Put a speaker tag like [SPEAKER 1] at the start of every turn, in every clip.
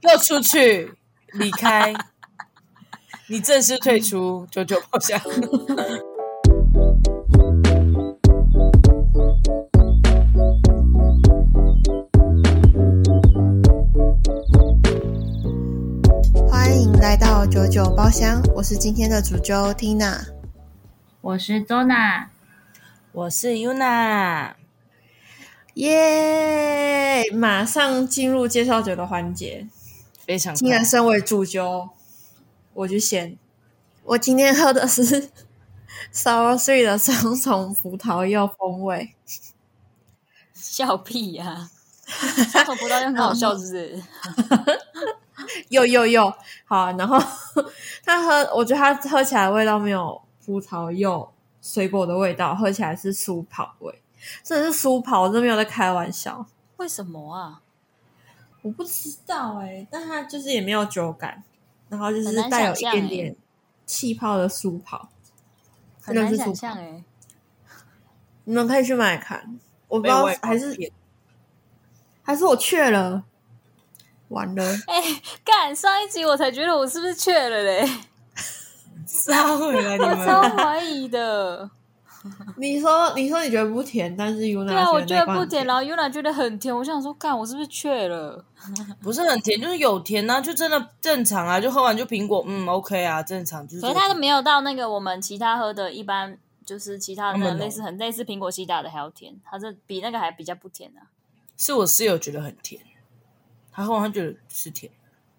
[SPEAKER 1] 又出去离开， 你正式退出九九包厢。
[SPEAKER 2] 欢迎来到九九包厢，我是今天的主揪 Tina。
[SPEAKER 3] 我是周娜，
[SPEAKER 1] 我是 Yuna，
[SPEAKER 2] 耶、马上进入介绍者的环节。
[SPEAKER 1] 非常
[SPEAKER 2] 竟然
[SPEAKER 1] 快
[SPEAKER 2] 身为主揪，我就先。我今天喝的是 Sour Three 的双重葡萄柚风味，
[SPEAKER 3] 笑屁呀、双重葡萄柚很好笑，是不是？
[SPEAKER 2] 又又又好。然后 它喝，我觉得它喝起来的味道没有葡萄柚水果的味道，喝起来是酥跑味，真的是酥跑，我真的没有在开玩笑。
[SPEAKER 3] 为什么啊？
[SPEAKER 2] 我不知道哎、但它就是也没有酒感，然后就是
[SPEAKER 3] 很难
[SPEAKER 2] 带有
[SPEAKER 3] 想
[SPEAKER 2] 一
[SPEAKER 3] 象
[SPEAKER 2] 点
[SPEAKER 3] 欸
[SPEAKER 2] 点气泡的酥跑，
[SPEAKER 3] 很
[SPEAKER 2] 真的
[SPEAKER 3] 难
[SPEAKER 2] 是
[SPEAKER 3] 想
[SPEAKER 2] 主
[SPEAKER 3] 象哎、
[SPEAKER 2] 你们可以去买买看。我不知
[SPEAKER 1] 没
[SPEAKER 2] 道
[SPEAKER 1] 有外国
[SPEAKER 2] 还是
[SPEAKER 1] 片
[SPEAKER 2] 还是我去了，完 了，
[SPEAKER 3] 哎、干上一集我才觉得我是不是缺了嘞，
[SPEAKER 1] 撒回来你
[SPEAKER 3] 我超
[SPEAKER 1] 们，
[SPEAKER 3] 怀疑的。
[SPEAKER 2] 你说你说你觉得不甜，但是 Yuna
[SPEAKER 3] 对啊，我觉得
[SPEAKER 2] 那罐
[SPEAKER 3] 不
[SPEAKER 2] 很
[SPEAKER 3] 甜，然后 Yuna 觉得很甜，我想说，干我是不是缺了？
[SPEAKER 1] 不是很甜，就是有甜啊，就真的正常啊，就喝完就苹果，嗯，OK 啊，正常。就是
[SPEAKER 3] 可
[SPEAKER 1] 这
[SPEAKER 3] 是
[SPEAKER 1] 个、
[SPEAKER 3] 它都没有到那个我们其他喝的，一般就是其他的那
[SPEAKER 1] 他
[SPEAKER 3] 种
[SPEAKER 1] 们
[SPEAKER 3] 类似很类似苹果西打的还要甜，它这比那个还比较不甜啊。
[SPEAKER 1] 是我室友觉得很甜，他喝完他觉得是甜，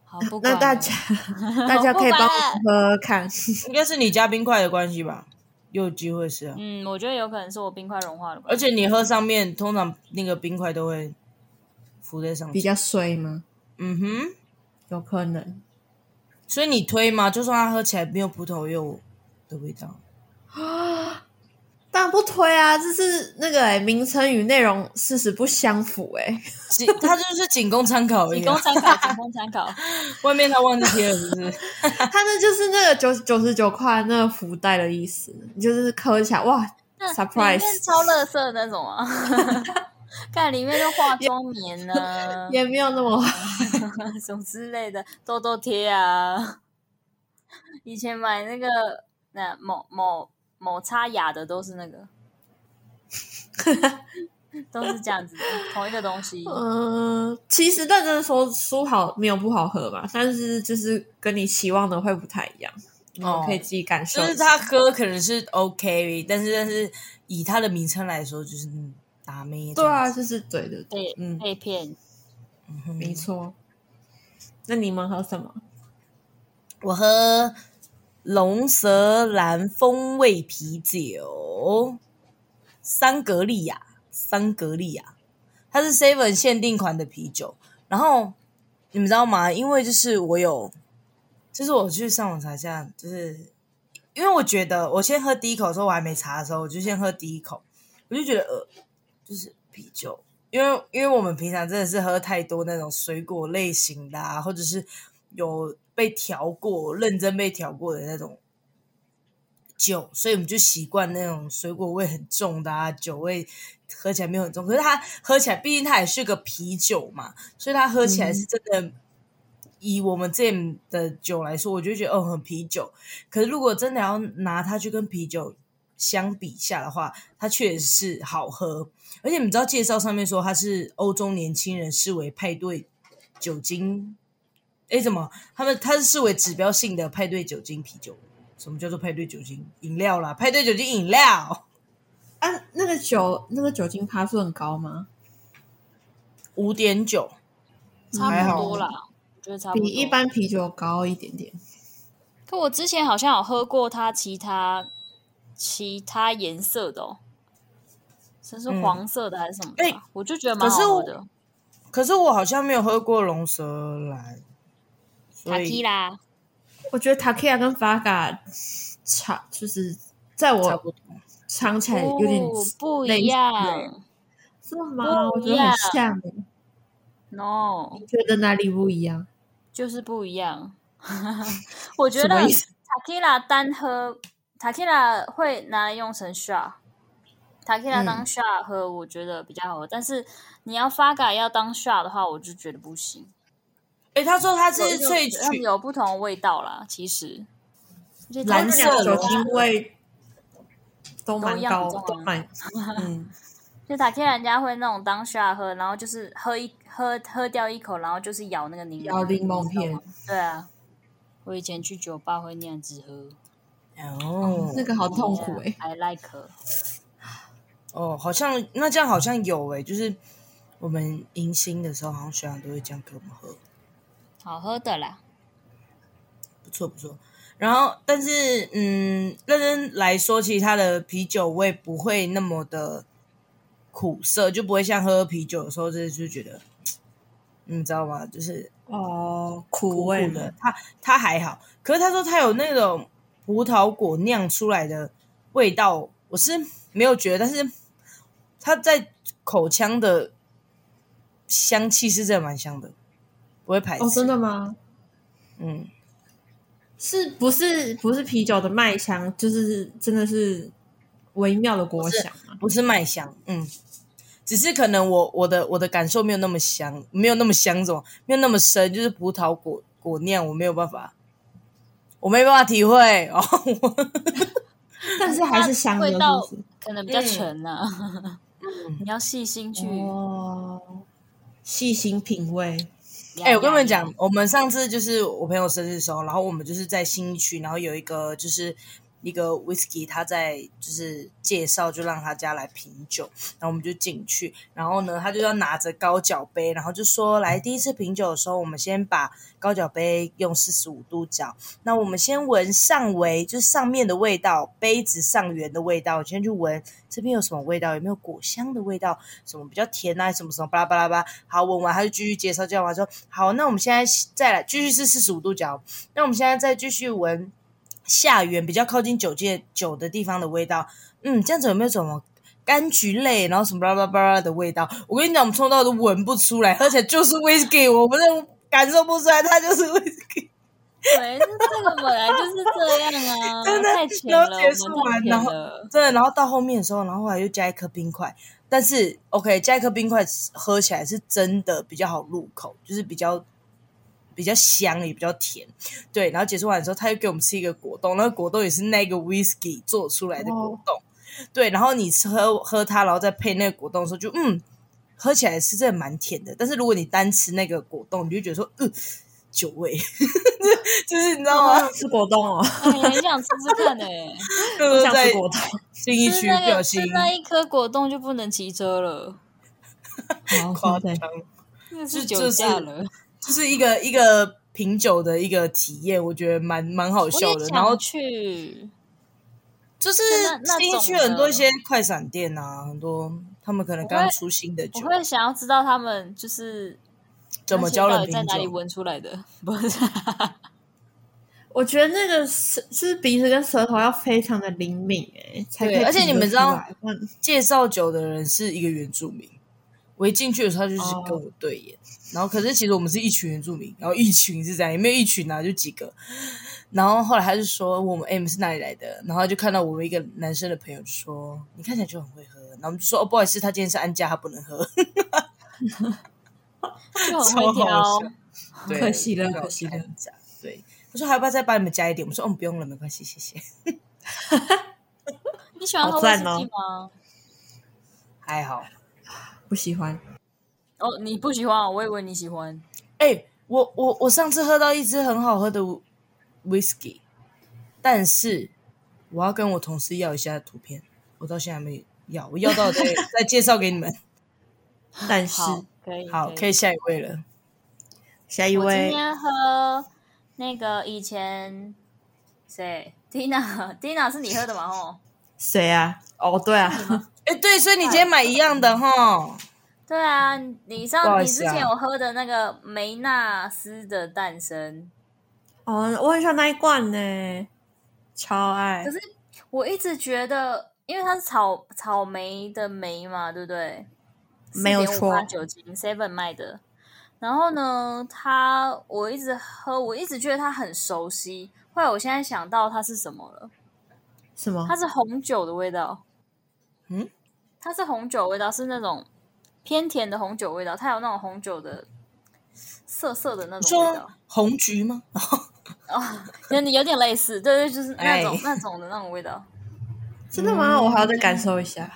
[SPEAKER 3] 好，不管
[SPEAKER 2] 那
[SPEAKER 3] 了
[SPEAKER 2] 大家 大家可以
[SPEAKER 3] 我不
[SPEAKER 2] 帮
[SPEAKER 3] 管
[SPEAKER 2] 我
[SPEAKER 3] 了
[SPEAKER 2] 喝喝看。
[SPEAKER 1] 应该是你加冰块的关系吧，有机会是啊。
[SPEAKER 3] 嗯，我觉得有可能是我冰块融化了吧。
[SPEAKER 1] 而且你喝上面，通常那个冰块都会浮在上
[SPEAKER 2] 比
[SPEAKER 1] 面。
[SPEAKER 2] 较衰吗？
[SPEAKER 1] 嗯哼，
[SPEAKER 2] 有可能。
[SPEAKER 1] 所以你推嘛，就算它喝起来没有葡萄柚的味道，
[SPEAKER 2] 但不推啊，这是那个哎、名称与内容事实不相符哎、
[SPEAKER 1] 仅它就是仅供参考而
[SPEAKER 3] 仅
[SPEAKER 1] 已、
[SPEAKER 3] 供
[SPEAKER 1] 啊。
[SPEAKER 3] 参考，仅供参考。
[SPEAKER 1] 外面它忘记贴了，是不是？
[SPEAKER 2] 它那就是那个九九十九块那个福袋的意思，你就是磕起来哇
[SPEAKER 3] 那里面
[SPEAKER 2] ，surprise，
[SPEAKER 3] 超乐色的那种啊， 看里面就化妆棉 呢、
[SPEAKER 2] 也没有那么
[SPEAKER 3] 什么之类的，痘痘贴啊。以前买那个那某某某擦雅的都是 那个，都是这样子的，同一个东西。
[SPEAKER 2] 嗯，其实认真说，书好没有不好喝嘛，但是就是跟你期望的会不太一样，你们
[SPEAKER 1] 哦
[SPEAKER 2] 可以自己感受
[SPEAKER 1] 就
[SPEAKER 2] 一下。
[SPEAKER 1] 是它喝可能是 OK，但是但是以它的名称来说，就是嗯打妹。
[SPEAKER 2] 对啊，，就是对对对，
[SPEAKER 3] 被
[SPEAKER 2] 嗯，
[SPEAKER 3] 被骗，
[SPEAKER 1] 嗯哼
[SPEAKER 2] 没错。那你们喝什么？
[SPEAKER 1] 我喝龙舌兰风味啤酒，桑格利亚，桑格利亚，它是 Seven 限定款的啤酒。然后你们知道吗？因为就是我有，就是我去上网查一下，就是因为我觉得我先喝第一口的时候，我还没查的时候，我就先喝第一口，我就觉得呃，就是啤酒。因为因为我们平常真的是喝太多那种水果类型的、啊，或者是有被调过、认真被调过的那种酒，所以我们就习惯那种水果味很重的啊，酒味喝起来没有很重。可是它喝起来，毕竟它也是个啤酒嘛，所以它喝起来是真的。以我们这的酒来说，我就觉得哦，很啤酒。可是如果真的要拿它去跟啤酒相比下的话，它确实是好喝。而且你们知道介绍上面说它是欧洲年轻人视为派对酒精，诶，怎么？他们它是视为指标性的派对酒精啤酒。什么叫做派对酒精饮料啦？派对酒精饮料
[SPEAKER 2] 啊，那个酒那个酒精趴数很高吗？
[SPEAKER 1] 五点九，
[SPEAKER 3] 差不多啦，我觉得差不
[SPEAKER 2] 比
[SPEAKER 3] 多。
[SPEAKER 2] 一般啤酒高一点点。
[SPEAKER 3] 可我之前好像有喝过它其他其他颜色的哦，这是
[SPEAKER 2] 嗯
[SPEAKER 3] 黄色的还是什么的啊、
[SPEAKER 1] 哎
[SPEAKER 3] 我就觉得蛮好喝的。
[SPEAKER 1] 可是我好像没有喝过龙舌兰，
[SPEAKER 3] 塔
[SPEAKER 1] 所
[SPEAKER 3] 基
[SPEAKER 1] 以
[SPEAKER 3] 啦，
[SPEAKER 2] 我觉得 Takia 跟 Faga 差，就是在
[SPEAKER 1] 差不
[SPEAKER 2] 我
[SPEAKER 1] 多。
[SPEAKER 2] 尝起来有点
[SPEAKER 3] 不哦不
[SPEAKER 2] 类
[SPEAKER 3] 一
[SPEAKER 2] 似
[SPEAKER 3] 样
[SPEAKER 2] 是吗？我
[SPEAKER 3] 不一
[SPEAKER 2] 觉得很
[SPEAKER 3] 样
[SPEAKER 2] 像欸，
[SPEAKER 3] ，no，
[SPEAKER 2] 你觉得哪里不一样？
[SPEAKER 3] 就是不一样。 我觉
[SPEAKER 2] 什
[SPEAKER 3] 得
[SPEAKER 2] 么
[SPEAKER 3] 塔
[SPEAKER 2] 意思
[SPEAKER 3] 基拉单喝，塔基拉会拿来用成 shot。塔 q 拉
[SPEAKER 2] 嗯
[SPEAKER 3] 当 shot 喝，我觉得比较好喝。但是你要发嘎要当 shot 的话，我就觉得不行。
[SPEAKER 1] 哎、他说他是
[SPEAKER 3] 有一种
[SPEAKER 1] 萃
[SPEAKER 3] 它们
[SPEAKER 1] 取
[SPEAKER 3] 有不同的味道啦，其实我觉得
[SPEAKER 1] 蓝
[SPEAKER 3] 它
[SPEAKER 1] 色
[SPEAKER 3] 们两
[SPEAKER 1] 的
[SPEAKER 2] 酒
[SPEAKER 3] 种
[SPEAKER 2] 精味都蛮
[SPEAKER 3] 都一
[SPEAKER 2] 高
[SPEAKER 3] 样，重啊
[SPEAKER 2] 都蛮
[SPEAKER 1] 嗯，
[SPEAKER 3] 就打天人家会那种当下喝，然后就是喝一喝喝掉一口，然后就是咬那个柠
[SPEAKER 2] 摇
[SPEAKER 3] 檬。
[SPEAKER 2] 柠檬片，
[SPEAKER 3] 对啊，我以前去酒吧会那样子喝，
[SPEAKER 1] 哦，
[SPEAKER 2] 那个好痛苦哎、
[SPEAKER 3] I like her。
[SPEAKER 1] 哦，好像那这样好像有诶、就是我们迎新的时候，好像学长都会这样给我们喝，
[SPEAKER 3] 好喝的啦，
[SPEAKER 1] 不错不错。然后，但是嗯，认真来说，其实它的啤酒味不会那么的苦涩，就不会像喝啤酒的时候，就是就觉得，嗯你知道吗？就是
[SPEAKER 2] 哦，苦
[SPEAKER 1] 苦
[SPEAKER 2] 味
[SPEAKER 1] 苦的，它它还好。可是他说他有那种葡萄果酿出来的味道，我是没有觉得，但是它在口腔的香气是真的蛮香的，不会排斥。
[SPEAKER 2] 哦，真的，吗？
[SPEAKER 1] 嗯，
[SPEAKER 2] 是不是不是啤酒的麦香，就是真的是微妙的果香啊？
[SPEAKER 1] 不是麦香，嗯，只是可能我我的我的感受没有那么香，没有那么香，怎么没有那么深？就是葡萄果果酿，我没有办法，我没办法体会哦。
[SPEAKER 2] 但是还是香的，
[SPEAKER 3] 味道
[SPEAKER 2] 是
[SPEAKER 3] 可能比较沉呢、 你要细心
[SPEAKER 2] 不
[SPEAKER 3] 去
[SPEAKER 2] 是？。哦，细心品味，
[SPEAKER 1] 哎、我跟你们讲，，我们上次就是我朋友生日的时候，然后我们就是在新一区，然后有一个就是一个 whisky，他在就是介绍，就让他家来品酒，然后我们就进去，然后呢，他就要拿着高脚杯，然后就说，来第一次品酒的时候，我们先把高脚杯用四十五度角，那我们先闻上围，就是上面的味道，杯子上缘的味道，先去闻这边有什么味道，有没有果香的味道，什么比较甜啊，什么什么巴拉巴拉巴拉。好，闻完他就继续介绍，介绍完说，好，那我们现在再来继续是四十五度角，那我们现在再继续闻下缘比较靠近酒界酒的地方的味道，嗯，这样子有没有什么？柑橘类，然后什么巴拉巴拉巴拉的味道，我跟你讲，我们从头到尾都闻不出来，而且就是 whisky，我们都感受不出来，它就是 whisky。
[SPEAKER 3] 对，这这个本来就是这样啊，
[SPEAKER 1] 真的
[SPEAKER 3] 太浅了，
[SPEAKER 1] 然后结束
[SPEAKER 3] 我们
[SPEAKER 1] 完
[SPEAKER 3] 太
[SPEAKER 1] 然
[SPEAKER 3] 浅
[SPEAKER 1] 后
[SPEAKER 3] 了。
[SPEAKER 1] 真的，然后到后面的时候，然后后来又加一颗冰块，但是 OK，加一颗冰块喝起来是真的比较好入口，就是比较比较香，也比较甜。对，然后结束完的时候，他又给我们吃一个果冻，那个果冻也是那个 whisky 做出来的果冻。对，然后你吃喝喝它，然后再配那个果冻的时候，就嗯，喝起来是真的蛮甜的。但是如果你单吃那个果冻，你就觉得说，嗯、酒味， 就是你知道吗？
[SPEAKER 2] 吃果冻哦，
[SPEAKER 3] 哎很想吃吃看欸诶、
[SPEAKER 1] 就是
[SPEAKER 2] 想
[SPEAKER 1] 在
[SPEAKER 2] 吃果冻。
[SPEAKER 1] 新一
[SPEAKER 3] 吃
[SPEAKER 1] 区不
[SPEAKER 3] 那
[SPEAKER 1] 小
[SPEAKER 3] 个
[SPEAKER 1] 心
[SPEAKER 3] 吃那一颗果冻就不能骑车了，
[SPEAKER 1] 夸
[SPEAKER 2] 好，对
[SPEAKER 1] 张
[SPEAKER 2] 不对，
[SPEAKER 3] 那
[SPEAKER 1] 就是
[SPEAKER 3] 酒驾了。
[SPEAKER 1] 就是一个一个品酒的一个体验，我觉得蛮蛮好笑
[SPEAKER 3] 我
[SPEAKER 1] 的。
[SPEAKER 3] 也
[SPEAKER 1] 然后
[SPEAKER 3] 想去，
[SPEAKER 1] 就是
[SPEAKER 3] 那那
[SPEAKER 1] 新一区
[SPEAKER 3] 种的
[SPEAKER 1] 很多一些快闪店啊，很多他们可能刚出新的
[SPEAKER 3] 我
[SPEAKER 1] 酒，
[SPEAKER 3] 会想要知道他们就是
[SPEAKER 1] 怎么
[SPEAKER 3] 那些
[SPEAKER 1] 教
[SPEAKER 3] 到
[SPEAKER 1] 人
[SPEAKER 3] 底在
[SPEAKER 1] 品
[SPEAKER 3] 哪里
[SPEAKER 1] 酒？
[SPEAKER 3] 闻出来的？不 是，
[SPEAKER 2] 我觉得那个是是鼻子跟舌头要非常的灵敏哎、才可以
[SPEAKER 1] 对
[SPEAKER 2] 品得出来。
[SPEAKER 1] 而且你们知道
[SPEAKER 2] 不然
[SPEAKER 1] 介绍酒的人是一个原住民，我一进去的时候他就是跟我对眼，然后可是其实我们是一群原住民，然后一群是这样，也没有一群啊，就几个。然后后来他就说我们 M 是哪里来的，然后他就看到我们一个男生的朋友就说你看起来就很会喝，然后我们就说哦不好意思，他今天是安家，他不能喝。
[SPEAKER 3] 就很
[SPEAKER 1] 超
[SPEAKER 3] 会
[SPEAKER 1] 好
[SPEAKER 3] 挑
[SPEAKER 1] 笑。对
[SPEAKER 2] 可惜了可惜。
[SPEAKER 1] 不
[SPEAKER 2] 了
[SPEAKER 1] 要加对，我说还要不要再帮你们加一点？我们说嗯不用了，没关系，谢谢。
[SPEAKER 3] 你喜欢喝
[SPEAKER 2] 好
[SPEAKER 3] 威士
[SPEAKER 2] 赞哦
[SPEAKER 3] 忌吗？
[SPEAKER 1] 还好。
[SPEAKER 2] 不喜 欢，
[SPEAKER 3] 哦，你不喜欢，我以为你喜欢。
[SPEAKER 1] 哎、我我我上次喝到一支很好喝的 whisky，但是我要跟我同事要一下图片，我到现在还没有要，我要到 了再再介绍给你们。
[SPEAKER 2] 但是
[SPEAKER 3] 好，可以，
[SPEAKER 1] 好，可以下一位了。
[SPEAKER 2] 下一
[SPEAKER 3] 我今
[SPEAKER 2] 位
[SPEAKER 3] 天喝那个以前谁？Tina，Tina 是你喝的吗？哦，
[SPEAKER 2] 谁啊？哦，对啊，
[SPEAKER 1] 哎、对，所以你今天买一样的
[SPEAKER 2] 嗯
[SPEAKER 1] 哈，
[SPEAKER 3] 对啊，你
[SPEAKER 1] 不
[SPEAKER 3] 上
[SPEAKER 1] 好意
[SPEAKER 3] 你
[SPEAKER 1] 思
[SPEAKER 3] 之
[SPEAKER 1] 啊
[SPEAKER 3] 前有喝的那个梅纳斯的诞生，
[SPEAKER 2] 哦，我很喜欢那一罐呢，超爱
[SPEAKER 3] 可。是我一直觉得，因为它是草草莓的莓嘛，对不对？
[SPEAKER 2] 没有错
[SPEAKER 3] 4.58酒精 Seven 卖的。然后呢，它我一直喝，我一直觉得它很熟悉。后来我现在想到它是什么了，
[SPEAKER 2] 什么
[SPEAKER 3] 它？是红酒的味道。
[SPEAKER 1] 哦嗯，
[SPEAKER 3] 它是红酒味道，是那种偏甜的红酒味道。它有那种红酒的涩涩的那
[SPEAKER 1] 你
[SPEAKER 3] 种味
[SPEAKER 1] 说
[SPEAKER 3] 道。
[SPEAKER 1] 红橘吗？
[SPEAKER 3] 哦，有点有点类似，对对，就是那种
[SPEAKER 1] 哎
[SPEAKER 3] 那种的那种味道。
[SPEAKER 2] 真的
[SPEAKER 3] 嗯
[SPEAKER 2] 吗？我还要再感受一下。